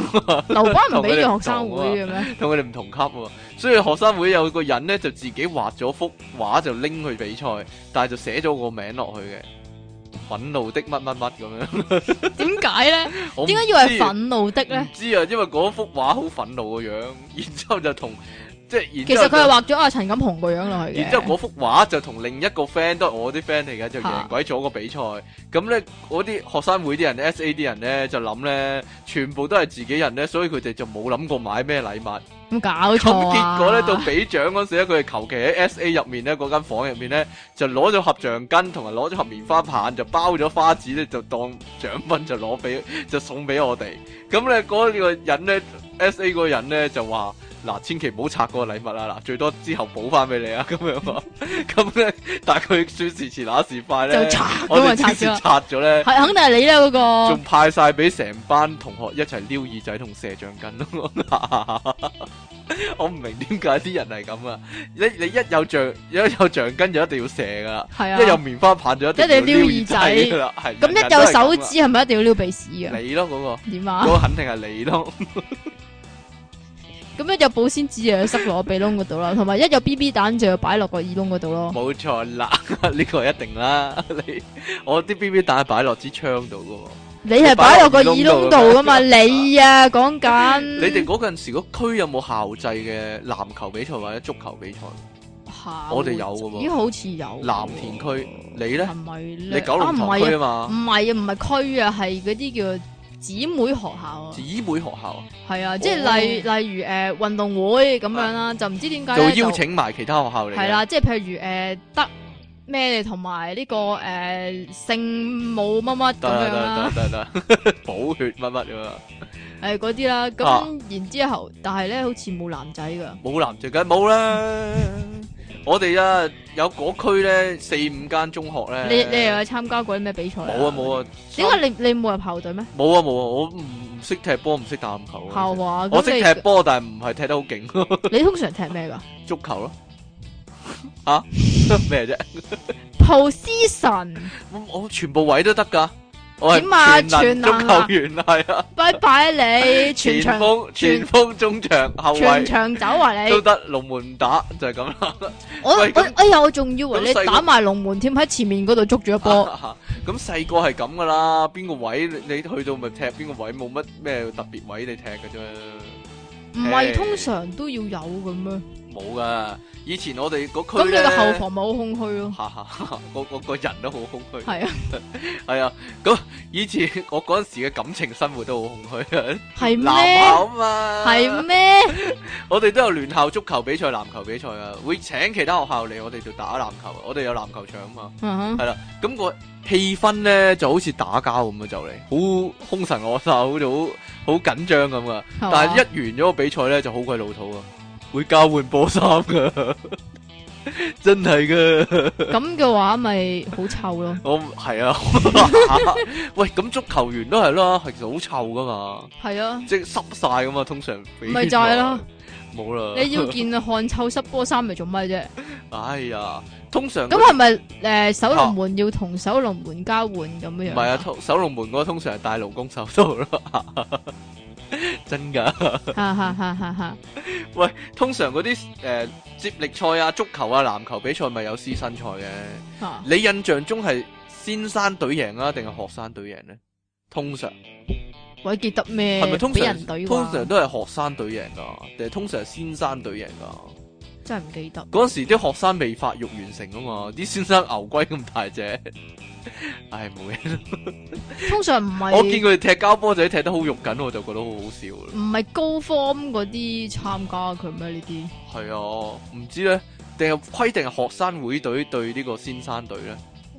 Speaker 1: 留班唔俾做學
Speaker 2: 同
Speaker 1: 生
Speaker 2: 佢
Speaker 1: 會
Speaker 2: 哋
Speaker 1: 嘅咩？
Speaker 2: 同佢哋唔同級喎，所以學生會有個人咧就自己畫咗幅畫就拎去比賽，但係就寫咗個名落去嘅，憤怒的乜乜乜咁樣。
Speaker 1: 點解咧？
Speaker 2: 我唔
Speaker 1: 點解要係
Speaker 2: 知啊
Speaker 1: 憤怒的
Speaker 2: 唔
Speaker 1: 咧？
Speaker 2: 知啊，因為嗰幅畫好憤怒個樣，然之後就同即係然
Speaker 1: 其
Speaker 2: 之
Speaker 1: 實
Speaker 2: 後
Speaker 1: 佢係
Speaker 2: 就
Speaker 1: 畫咗阿陳錦雄個樣落去嘅。
Speaker 2: 然之後嗰幅畫就同另一個 friend 都係我啲 friend 嚟嘅，就
Speaker 1: 嚇
Speaker 2: 贏鬼咗個比賽。咁咧，嗰啲學生會啲人 S.A. 啲人咧就諗咧，全部都係自己人咧，所以佢哋就冇諗過買咩禮物。
Speaker 1: 咁搞
Speaker 2: 咁
Speaker 1: 錯啊！
Speaker 2: 結果咧，到俾獎嗰時咧，佢哋求其喺 S.A. 入面咧嗰間房入面咧，就攞咗盒橡筋同埋攞咗盒棉花棒，就包咗花紙咧，就當獎品就攞俾就送俾我哋。咁咧嗰個人咧 S.A. 嗰個人咧就話。嗱，千祈唔好拆嗰個禮物啊啦！嗱，最多之後補翻俾你啊，咁樣啊，咁咧，但係佢說時遲那時快咧，
Speaker 1: 就拆
Speaker 2: 我
Speaker 1: 咁
Speaker 2: 哋
Speaker 1: 啊拆
Speaker 2: 即時
Speaker 1: 咗，
Speaker 2: 拆咗咧，
Speaker 1: 係肯定係你啦嗰個
Speaker 2: 仲。派晒俾成班同學一齊撩耳仔同射橡筋咯。 我唔明點解啲人係咁啊！你你一有橡一有橡筋就一定要射噶啦，
Speaker 1: 係啊，
Speaker 2: 一有棉花棒就一定
Speaker 1: 一定要撩
Speaker 2: 要撩
Speaker 1: 耳
Speaker 2: 耳
Speaker 1: 仔
Speaker 2: 仔啦，係
Speaker 1: 咁一有手
Speaker 2: 指
Speaker 1: 指係咪一定要撩鼻屎啊？
Speaker 2: 你咯嗰
Speaker 1: 點
Speaker 2: 個，
Speaker 1: 啊？
Speaker 2: 嗰個肯定係你咯。
Speaker 1: 咁一有保鮮紙就要塞落我鼻窿嗰度啦，同埋一有 B B 蛋就要擺落個耳窿嗰度咯。
Speaker 2: 冇錯啦， 呢個一定啦。 你我啲 B B 蛋係擺落支槍度噶喎。
Speaker 1: 你係擺落個耳窿度噶嘛？你啊，講緊
Speaker 2: 你哋嗰陣時個區有冇校際嘅籃球比賽或者足球比賽？
Speaker 1: 嚇
Speaker 2: 我哋有㗎喎
Speaker 1: 咦？好似有
Speaker 2: 藍田區，你咧
Speaker 1: 係？咪咧？
Speaker 2: 你九龍塘區啊嘛？
Speaker 1: 啊？唔係啊，唔係區啊，係嗰啲叫姊妹學校啊
Speaker 2: 姊。哦妹學校
Speaker 1: 係啊，即係例例如誒運動會咁樣啦，就唔知點解
Speaker 2: 啊，
Speaker 1: 咧
Speaker 2: 就邀請啊埋其他學校嚟。
Speaker 1: 係，啦，即係譬如誒德咩同埋呢個誒聖母乜乜
Speaker 2: 得
Speaker 1: 咁樣
Speaker 2: 啦
Speaker 1: 啦，
Speaker 2: 得啦得啦啊 得啦，補血乜乜咁啊！
Speaker 1: 誒嗰啲啦，
Speaker 2: 啊
Speaker 1: 咁然之後，但係咧好似冇男仔噶，
Speaker 2: 冇男就梗係冇啦。我哋啊有嗰區咧四五間中學咧，
Speaker 1: 你你又有參加過啲咩比賽？
Speaker 2: 冇啊冇
Speaker 1: 啊，
Speaker 2: 啊，
Speaker 1: 點解你你冇入校隊咩？
Speaker 2: 冇啊冇啊，我唔唔識踢波，唔識打籃球啊。
Speaker 1: 校話
Speaker 2: 我識
Speaker 1: 咁
Speaker 2: 踢波，但係唔係踢得好勁，
Speaker 1: 你你通常踢咩噶
Speaker 2: 足球咯。吓 咩啫？
Speaker 1: ？Position
Speaker 2: 我我全部位都得噶，我
Speaker 1: 點啊
Speaker 2: 係全能
Speaker 1: 全
Speaker 2: 足
Speaker 1: 能啊
Speaker 2: 球員係啊，
Speaker 1: 拜拜 你，全
Speaker 2: 前
Speaker 1: 場
Speaker 2: 鋒、前鋒、中場、後
Speaker 1: 全
Speaker 2: 衞。
Speaker 1: 場走啊你
Speaker 2: 都！得，龍門打就係咁啦。
Speaker 1: 我
Speaker 2: 喂
Speaker 1: 我
Speaker 2: 咁
Speaker 1: 哎呀，我仲以為
Speaker 2: 咁
Speaker 1: 你
Speaker 2: 細個啊
Speaker 1: 打埋龍門添，喺前面嗰度捉住一波，
Speaker 2: 咁細個係咁噶啦，邊個位你你去到咪踢邊個位，冇乜咩特別位你踢嘅啫。
Speaker 1: 唔係
Speaker 2: 誒
Speaker 1: 通常都要有嘅咩？
Speaker 2: 冇噶，以前我哋嗰
Speaker 1: 咁
Speaker 2: 區
Speaker 1: 你
Speaker 2: 咧，
Speaker 1: 個後防咪好空虛咯？
Speaker 2: 哈哈哈， 個個個人都好空虛。
Speaker 1: 係啊，
Speaker 2: 係啊，咁以前我嗰陣時嘅感情生活都好空虛啊。
Speaker 1: 係
Speaker 2: 男
Speaker 1: 咩？
Speaker 2: 校嘛，
Speaker 1: 係咩？
Speaker 2: 我哋都有聯校足球比賽、籃球比賽啊，會請其他學校嚟我哋度打籃球，我哋有籃球場啊嘛。
Speaker 1: 嗯哼
Speaker 2: 係啦，咁、個氣氛咧就好似打交咁啊，就嚟好凶神惡煞，好似好好緊張咁啊。
Speaker 1: 係嘛
Speaker 2: 但係一完咗個比賽咧，就好鬼老土啊，會交換波衫噶， 真係噶。
Speaker 1: 咁嘅話咪好臭咯。
Speaker 2: 我係啊， 喂，咁足球員都係啦，係其實好臭噶嘛，
Speaker 1: 係 啊，
Speaker 2: 即係濕晒噶嘛，通常比
Speaker 1: 咪就係啦
Speaker 2: 賽， 冇啦。
Speaker 1: 你要件汗臭濕波衫嚟做乜啫？
Speaker 2: 哎呀，通常
Speaker 1: 咁係咪诶守龍門要同守龍門交換咁樣？
Speaker 2: 唔係啊，，通守龍門嗰個通常係戴勞工手套啦， 真㗎。
Speaker 1: 哈哈哈哈哈！
Speaker 2: 通常嗰啲誒接力賽啊、足球啊、籃球比賽咪有師生賽嘅。
Speaker 1: 嚇
Speaker 2: 你印象中係先生隊贏啊，定係學生隊贏呢？通常
Speaker 1: 鬼記得咩？
Speaker 2: 係咪通
Speaker 1: 俾人
Speaker 2: 常
Speaker 1: 隊
Speaker 2: 通常
Speaker 1: 話
Speaker 2: 都係學生隊贏噶，定係通常係先生隊贏噶？
Speaker 1: 真係唔記得。
Speaker 2: 嗰陣時啲學生未發育完成啊嘛，啲先生牛龜咁大隻， 唉冇嘢。
Speaker 1: 通常唔
Speaker 2: 我見
Speaker 1: 係
Speaker 2: 佢哋踢交波仔踢得好肉緊，我就覺得好好笑啦。
Speaker 1: 唔係高 form 嗰啲參加佢咩？呢啲
Speaker 2: 係啊，唔知呢，定係規定係學生會隊對呢個先生隊呢？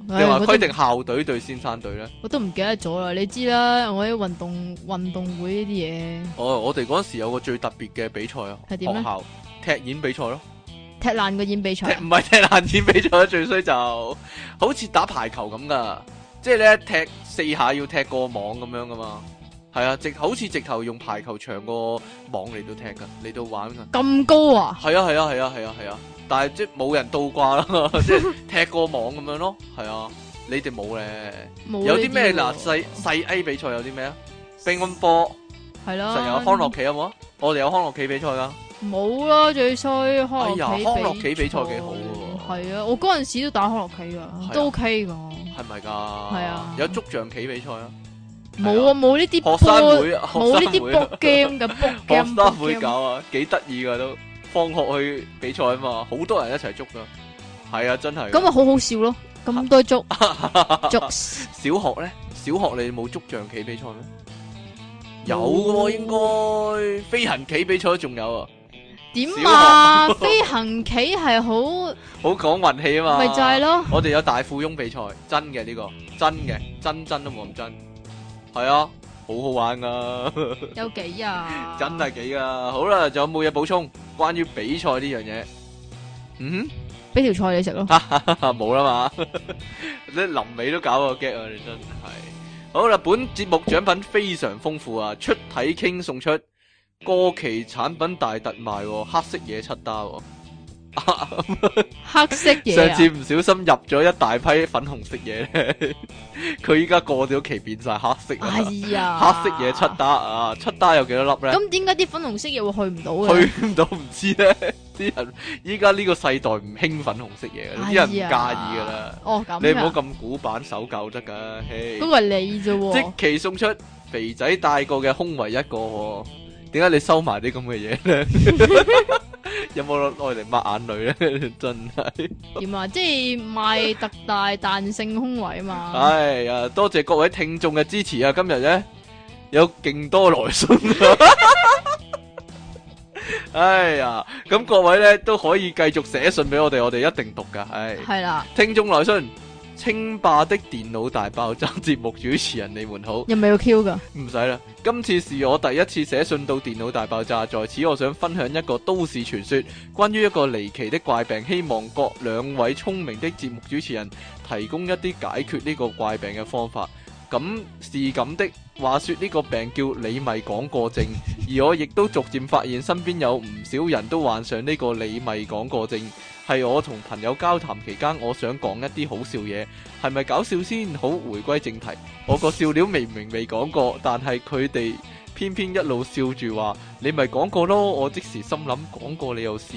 Speaker 2: 定
Speaker 1: 唉
Speaker 2: 話
Speaker 1: 我都
Speaker 2: 規定啊校隊對先生隊呢？
Speaker 1: 我都唔記得咗啦。你知啦，我啲運動運動會呢啲
Speaker 2: 哦，我哋嗰陣時有個最特別嘅比賽啊，
Speaker 1: 係
Speaker 2: 學
Speaker 1: 點呢
Speaker 2: 校踢毽比賽咯，
Speaker 1: 嘢，踢爛個演比
Speaker 2: 踢
Speaker 1: 賽啊
Speaker 2: 唔係踢爛毽比賽啊，最衰就好似打排球咁噶，即係咧踢四下要踢過網咁樣噶嘛，係啊，直好似直頭用排球場個網嚟到踢噶，嚟到玩噶，
Speaker 1: 咁高啊！
Speaker 2: 係啊係啊係啊係啊係啊，但係即係冇人倒掛啦， 即係踢過網咁樣咯，係啊，你哋冇咧，
Speaker 1: 冇
Speaker 2: 有
Speaker 1: 呢
Speaker 2: 啲咩嗱
Speaker 1: 喎
Speaker 2: 細細 A 比賽有啲咩啊？乒乓波
Speaker 1: 係
Speaker 2: 實
Speaker 1: 啦，
Speaker 2: 有康樂棋有冇啊？我哋有康樂棋比賽噶。
Speaker 1: 冇啦，最衰康
Speaker 2: 哎呀
Speaker 1: 樂棋
Speaker 2: 康樂棋比賽幾好喎
Speaker 1: 係啊，我嗰陣時都打康樂棋
Speaker 2: 啊
Speaker 1: 噶，都 OK 噶。
Speaker 2: 系咪噶？
Speaker 1: 係啊
Speaker 2: 有捉象棋比賽啊，
Speaker 1: 冇啊，冇呢啲
Speaker 2: 學生
Speaker 1: 波，
Speaker 2: 會啊，學
Speaker 1: 冇呢
Speaker 2: 生
Speaker 1: 啲
Speaker 2: 會
Speaker 1: book
Speaker 2: 啊，
Speaker 1: game 嘅 book
Speaker 2: 學
Speaker 1: game。
Speaker 2: 生會搞啊，幾得意噶都。放學去比賽啊嘛，好多人一齊捉噶，係啊，真係㗎。
Speaker 1: 咁咪好好笑咯，咁多 足足
Speaker 2: 小學咧，小學你冇捉象棋比賽咩？有嘅喎，應該飛行棋比賽仲有啊，
Speaker 1: 點啊？飛行棋係好
Speaker 2: 好講運氣啊嘛。
Speaker 1: 咪就係 咯，
Speaker 2: 我哋有大富翁比賽，真嘅呢個，真嘅，真真都冇咁真，係啊，好好玩啊，
Speaker 1: 有幾啊？
Speaker 2: 真係幾啊！好啦，仲有冇嘢補充關於比賽呢樣嘢？嗯，
Speaker 1: 俾條菜你食咯，
Speaker 2: 啊冇啦嘛， 你臨尾都搞個 get 啊！你真係好啦，本節目獎品非常豐富啊，出體傾送出過期產品大特賣喎，黑色嘢七打喎。
Speaker 1: 黑色嘢
Speaker 2: 上
Speaker 1: 啊
Speaker 2: 次！唔小心入咗一大批粉紅色嘢 咧，佢依家過咗期變晒黑色啦
Speaker 1: 哎呀，
Speaker 2: 黑色嘢七打啊，七打有幾多粒咧？
Speaker 1: 咁點解啲粉紅色嘢會去唔到嘅？
Speaker 2: 去唔到唔知咧， 啲人依家呢個世代唔興粉紅色嘢嘅，啲人唔介意
Speaker 1: 哎呀
Speaker 2: 噶啦。
Speaker 1: 哦，咁
Speaker 2: 你唔好
Speaker 1: 㗎
Speaker 2: 咁古板守舊得噶，嘿
Speaker 1: 嗰。個係你啫喎
Speaker 2: 即，期送出肥仔帶過嘅胸圍一個喎，點解你收埋啲咁嘅嘢咧？ 有冇攞嚟抹眼淚咧？ 真係。
Speaker 1: 點啊？即係賣特大彈性胸圍啊嘛，
Speaker 2: 哎呀，多謝各位聽眾嘅支持啊！今日咧有勁多來信啊！ 哎呀，咁各位咧都可以繼續寫信俾我哋，我哋一定讀噶。唉、
Speaker 1: 係啦，
Speaker 2: 聽眾來信，清霸的電腦大爆炸節目主持人，你們好。
Speaker 1: 又咪要 Q 噶？
Speaker 2: 唔使啦，今次是我第一次寫信到電腦大爆炸，在此我想分享一個都市傳說，關於一個離奇的怪病，希望各兩位聰明的節目主持人提供一啲解決呢個怪病嘅方法。咁是咁的，話說呢個病叫李米講過症，而我亦都逐漸發現身邊有唔少人都患上呢個李米講過症。係我同朋友交談期間，我想講一啲好笑嘢，係咪搞笑先好？回歸正題。我個笑料明明未講過，但係佢哋偏偏一路笑住話：你咪講過咯！我即時心諗講過你又少，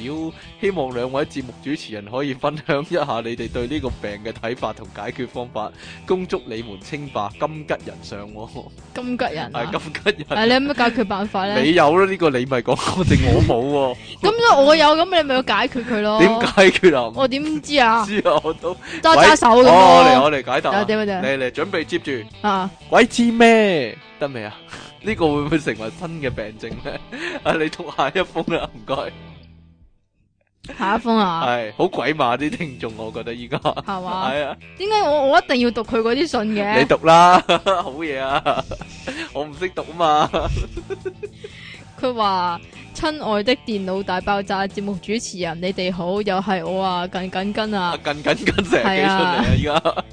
Speaker 2: 希望兩位節目主持人可以分享一下你哋對呢個病嘅睇法同解決方法。恭祝你們稱霸金吉人上喎，
Speaker 1: 咁吉人啊
Speaker 2: 係！金吉人。
Speaker 1: 誒，你有咩解決辦法 咧？
Speaker 2: 你有啦，呢個你咪講過，定我冇
Speaker 1: 咁因為我有，咁你咪要解決佢咯。
Speaker 2: 喎？點解決啊？唔
Speaker 1: 我點知啊？
Speaker 2: 知啊，我都
Speaker 1: 揸揸手咁
Speaker 2: 哦，嚟
Speaker 1: 咯。
Speaker 2: 我嚟解答
Speaker 1: 有
Speaker 2: 啊。
Speaker 1: 點有
Speaker 2: 嚟
Speaker 1: 點
Speaker 2: 嚟，準備接住。
Speaker 1: 啊！
Speaker 2: 鬼知咩？得未啊？ 呢個會唔會成為新嘅病症咧？ 啊，你讀下一封啦，唔該。
Speaker 1: 下一封啊，
Speaker 2: 係好鬼馬啲聽眾，我覺得依家 係
Speaker 1: 係嘛？
Speaker 2: 啊，
Speaker 1: 點解我我一定要讀佢嗰啲信
Speaker 2: 你
Speaker 1: 嘅？
Speaker 2: 讀啦， 好嘢啊！ 我唔識讀啊嘛，
Speaker 1: 佢話：親愛的電腦大爆炸節目主持人，你哋好，又係我啊，近近跟 啊，
Speaker 2: 近近近成日
Speaker 1: 係
Speaker 2: 寄出嚟
Speaker 1: 啊
Speaker 2: 啊！依家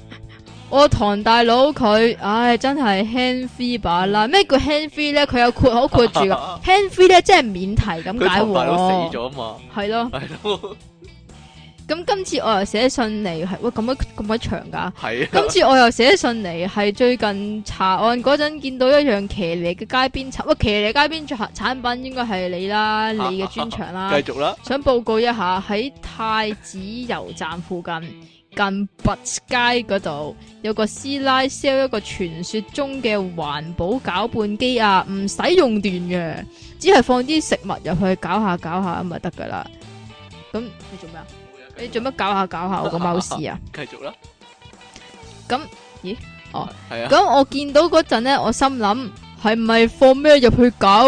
Speaker 1: 我堂大佬佢，唉，真係 hand free 把啦。咩叫 hand free 咧？佢有括號括住噶 hand free 咧，即係免提咁
Speaker 2: 佢
Speaker 1: 解
Speaker 2: 同大佬死
Speaker 1: 喎。
Speaker 2: 咗啊嘛，
Speaker 1: 係咯，
Speaker 2: 係咯，
Speaker 1: 咁今次我又寫信嚟，係喂咁鬼咁鬼長㗎。
Speaker 2: 係啊
Speaker 1: 今，次我又寫信嚟，係最近查案嗰陣見到一樣騎呢嘅街邊產，喂騎呢街邊產產品應該係你 啦，你嘅專長啦。
Speaker 2: 繼續啦，
Speaker 1: 想報告一下喺太子油站附近近拔街嗰度有個師奶 sell 一個傳說中嘅環保攪拌機啊，唔使用電嘅，只係放啲食物入去搞下搞下咁咪得噶啦。咁你做咩啊？你做乜搞下搞下我 個 mouse 啊？
Speaker 2: 繼續啦，
Speaker 1: 咁咦？哦，
Speaker 2: 係啊，
Speaker 1: 咁我見到嗰陣咧，我心諗係咪放咩入去搞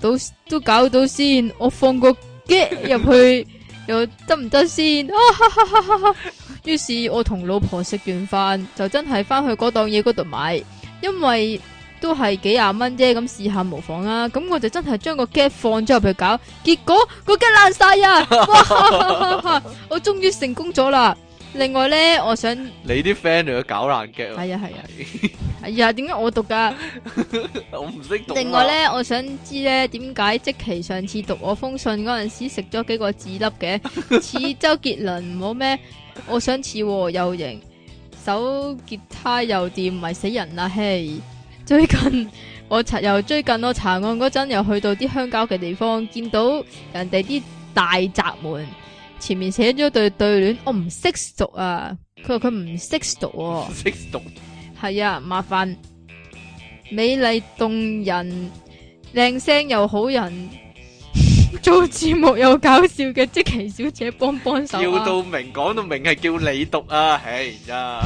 Speaker 1: 到都搞到先？我放個 get 入去又得唔得先？啊哈哈哈哈哈！於是我同老婆食完飯就真係翻去嗰檔嘢嗰度買，因為都係幾廿蚊啫，咁試下無妨啦。咁我就真係將個 get 放咗入去搞，結果個 get 爛晒啊！哇哈哈哈哈！我終於成功咗啦！另外咧，我想
Speaker 2: 你啲 friend 嚟搞爛
Speaker 1: 係
Speaker 2: 嘅，
Speaker 1: 啊係啊哎呀，點解我讀噶？
Speaker 2: 我唔識讀啊嘛。
Speaker 1: 另外咧，我想知咧點解即期上次讀我封信嗰陣時食咗幾個紙粒嘅，似周杰倫唔好咩？我想似喎又型，手吉他又掂，咪死人啦嘿！最近我查又最近我查案嗰陣，又去到啲鄉郊嘅地方，見到人哋啲大閘門前面寫咗對對聯，我唔識讀啊！佢話佢唔識讀喎、
Speaker 2: 唔識讀，
Speaker 1: 系啊，麻煩美麗動人，靚聲又好人，做节目又搞笑嘅即奇小姐幫幫手
Speaker 2: 叫
Speaker 1: 啊！
Speaker 2: 到明，講到明係叫你讀啊，唉 呀，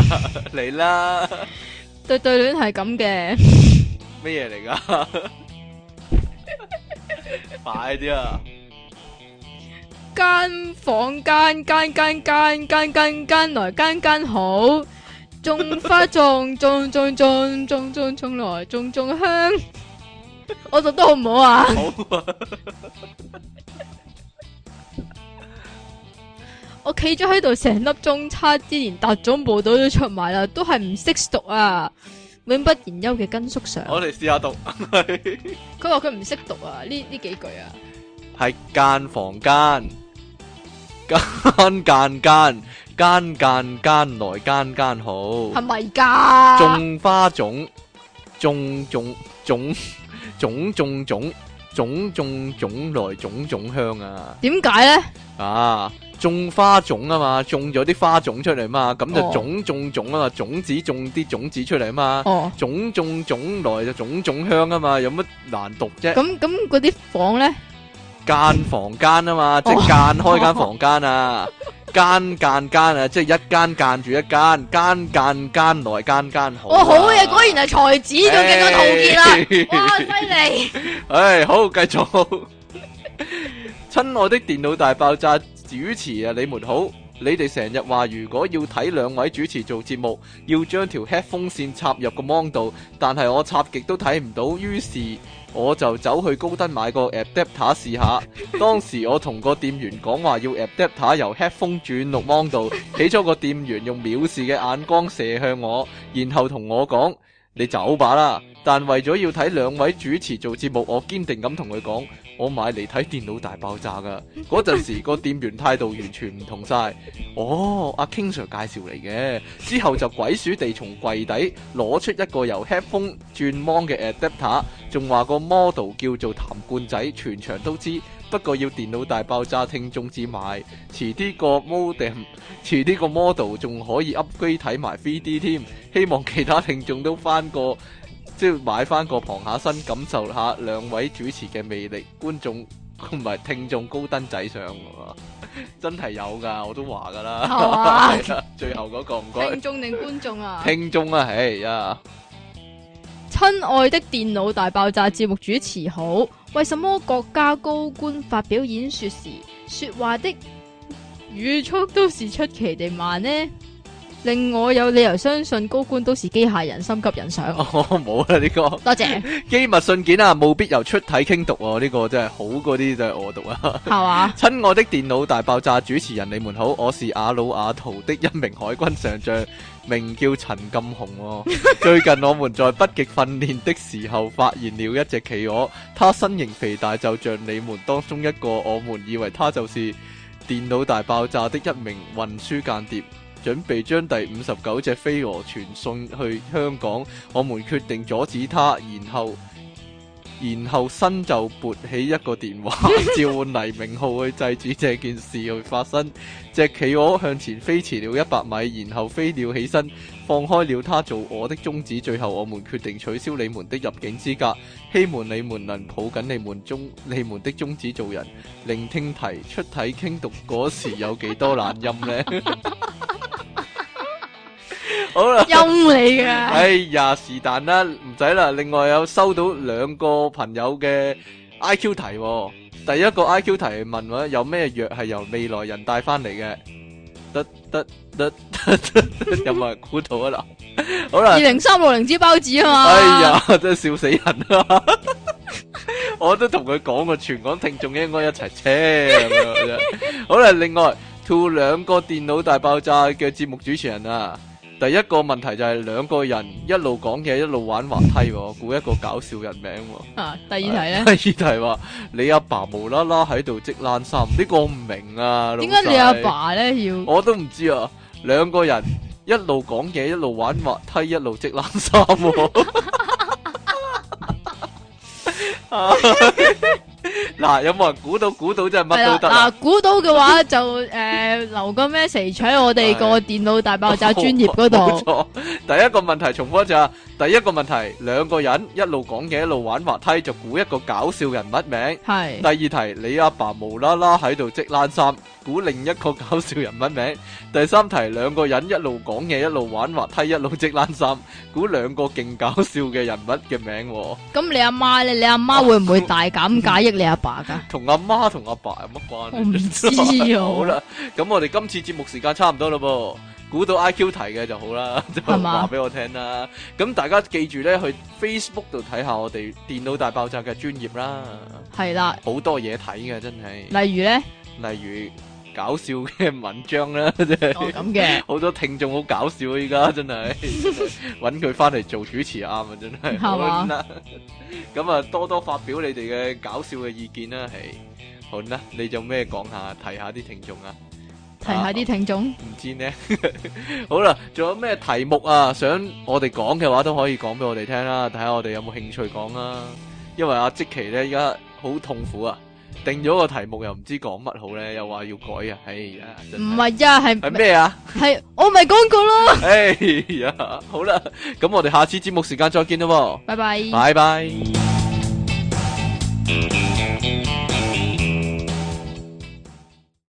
Speaker 2: 嚟啦，
Speaker 1: 對對戀係咁嘅，
Speaker 2: 咩嘢嚟 噶？快啲啊！
Speaker 1: 間房間間間間間間間來間間好，種花種種種種種種種來種種香，我讀得好唔好啊？
Speaker 2: 好啊，
Speaker 1: 我 어，企咗喺度成粒鐘，差啲連達總報道都出埋啦，都係唔識讀啊！永不言休嘅根叔上，
Speaker 2: 我哋試下讀，
Speaker 1: 佢話佢唔識讀啊！呢呢幾句啊，
Speaker 2: 係間房間，間間間間間間來間間好。
Speaker 1: 係咪㗎？
Speaker 2: 种花种，种种种种种种种种种来种种香啊！
Speaker 1: 點解咧？
Speaker 2: 啊，种花种啊嘛，种咗啲花种出嚟嘛，咁就
Speaker 1: 哦
Speaker 2: 种种种啊嘛，种子种啲种子出嚟嘛，
Speaker 1: 哦，
Speaker 2: 种种种来就种种香啊嘛，有乜难读啫？
Speaker 1: 咁咁嗰啲房咧，
Speaker 2: 間房間啊嘛，即係間開間房間啊，間間間啊，即係一間間住一間，間間間來間間好、
Speaker 1: 哦好嘢，果然係才子，仲勁過陶傑 啦！哇，
Speaker 2: 啦
Speaker 1: 犀 利！
Speaker 2: 唉，好，繼續。親愛的電腦大爆炸主持啊，你們好。你哋成日話如果要睇兩位主持做節目，要將條 headphone 線插入個 mon 度，但係我插極都睇唔到，於是我就走去高登買個 adapter 試下。當時我同個店員講話要 adapter 由 headphone 轉落 mon 度，起咗個店員用藐視嘅眼光射向我，然後同我講。你走吧啦！但為咗要睇兩位主持做節目，我堅定咁同佢講，我買嚟睇電腦大爆炸噶。嗰陣時個店員態度完全唔同晒。哦，阿 King Sir 介紹嚟嘅，之後就鬼鼠地從櫃底攞出一個由 headphone 轉 mon 嘅 adapter，仲話個 model 叫做譚冠仔，全場都知。不過要電腦大爆炸聽眾至買，遲啲個 modem，遲啲個 model 仲可以 upgrade 睇埋 3D 添。希望其他聽眾都翻個即係買翻個旁下身，感受下兩位主持嘅魅力。觀眾唔係聽眾高登仔上喎， 真係有㗎，我都話㗎啦。
Speaker 1: 係嘛
Speaker 2: 係啦 最後嗰個唔該
Speaker 1: 聽，眾定觀眾啊？
Speaker 2: 聽眾啊，唉呀，
Speaker 1: 親愛的電腦大爆炸節目主持好，為什麼國家高官發表演說時，說話的語速都是出奇地慢呢？令我有理由相信高官都是機械人，心急人上。
Speaker 2: 我冇啦呢個。
Speaker 1: 多 謝，係
Speaker 2: 機密信件啊，務必由出體傾讀喎、呢、個真係好嗰啲就係我讀啊！
Speaker 1: 嘛？
Speaker 2: 親愛的電腦大爆炸主持人，你們好，我是阿魯阿圖的一名海軍上將，名叫陳金雄、喎。最近我們在北極訓練的時候，發現了一隻企鵝，它身形肥大，就像你們當中一個。我們以為它就是電腦大爆炸的一名運輸間諜。準備將第五十九隻飛蛾傳送去香港，我們決定阻止它，然後然後身就撥起一個電話，召喚黎明號去制止這件事去發生。只企鵝向前飛遲了一百米，然後飛了起身，放開了它做我的宗旨。最後，我們決定取消你們的入境資格，希望你們能抱緊你們宗你們的宗旨做人。聆聽題出體傾讀嗰時有幾多懶音呢？ 好啦。
Speaker 1: 陰你 嘅，
Speaker 2: 哎呀，是但啦，唔使啦。另外有收到兩個朋友嘅 I Q 題、喎。第一個 I Q 題問話有咩藥係由未來人帶翻嚟嘅？得得得得得，得有冇人估到啊啦？好啦
Speaker 1: 二，零三六零支包子啊嘛。
Speaker 2: 哎，呀， 真係笑死人啦！我都同佢講過，全港聽眾應該一齊車咁樣啫。好啦，另外 to 兩個電腦大爆炸嘅節目主持人啊，第一個問題就係兩個人一路講嘢一路玩滑梯喎，估一個搞笑人名喎。
Speaker 1: 啊，第二題咧，
Speaker 2: 第 二題話你阿爸無啦啦喺度織冷衫，呢、個我唔明啊。
Speaker 1: 點解你
Speaker 2: 老
Speaker 1: 阿
Speaker 2: 細
Speaker 1: 爸咧要？
Speaker 2: 我都唔知啊，兩個人一路講嘢，一路玩滑梯，一路織冷衫喎。 嗱，有冇人估到？估到真
Speaker 1: 係
Speaker 2: 係乜
Speaker 1: 啦
Speaker 2: 都得啊！
Speaker 1: 嗱，估到嘅話就诶留個 message 喺我哋個電腦大爆炸專業嗰
Speaker 2: 哎冇
Speaker 1: 度。
Speaker 2: 錯，第一個問題重複一次啊！第一個問題，兩個人一路講嘢一路玩滑梯，就估一個搞笑人物名。
Speaker 1: 系
Speaker 2: 第二題，你阿爸無啦啦喺度織冷衫，估另一個搞笑人物名。 第三題，兩個人一路講嘢一路玩滑梯，一路織冷衫，估兩個勁搞笑嘅人物嘅名、喎。
Speaker 1: 咁你阿妈咧，你阿妈会唔会大減價益你阿爸噶？
Speaker 2: 同阿媽同阿爸有乜關？
Speaker 1: 我唔知啊
Speaker 2: 好啦，咁我哋今次節目時間差唔多啦噃，估到 I Q 題嘅就好啦， 就
Speaker 1: 係嘛
Speaker 2: 話俾我聽啦。咁大家記住咧，去 Facebook 度睇下我哋電腦大爆炸嘅專業啦，
Speaker 1: 係啦，
Speaker 2: 好多嘢睇嘅真係，
Speaker 1: 例如咧，
Speaker 2: 例如搞笑嘅文章啦， 真係
Speaker 1: 哦咁嘅，
Speaker 2: 好多聽眾好搞笑啊！依家 真係揾佢翻嚟做主持啱啊！真
Speaker 1: 係嘛
Speaker 2: 係好啦，咁啊多多發表你哋嘅搞笑嘅意見啦，係好啦，你有咩講下提下啲聽眾啊？
Speaker 1: 提下啲聽眾，
Speaker 2: 唔知呢？ 好啦，仲有咩題目啊？想我哋講嘅話都可以講俾我哋聽啦，睇下我哋有冇興趣講啦。因為阿即奇呢，而家好痛苦啊，定咗個題目又唔知講乜好呢，又話要改啊，哎呀，真
Speaker 1: 唔
Speaker 2: 係
Speaker 1: 係啊，
Speaker 2: 係
Speaker 1: 係
Speaker 2: 咩啊？
Speaker 1: 係我咪講過咯，
Speaker 2: 哎呀，好啦，咁我哋下次节目时间再见啦喎，
Speaker 1: 拜拜。
Speaker 2: 拜拜。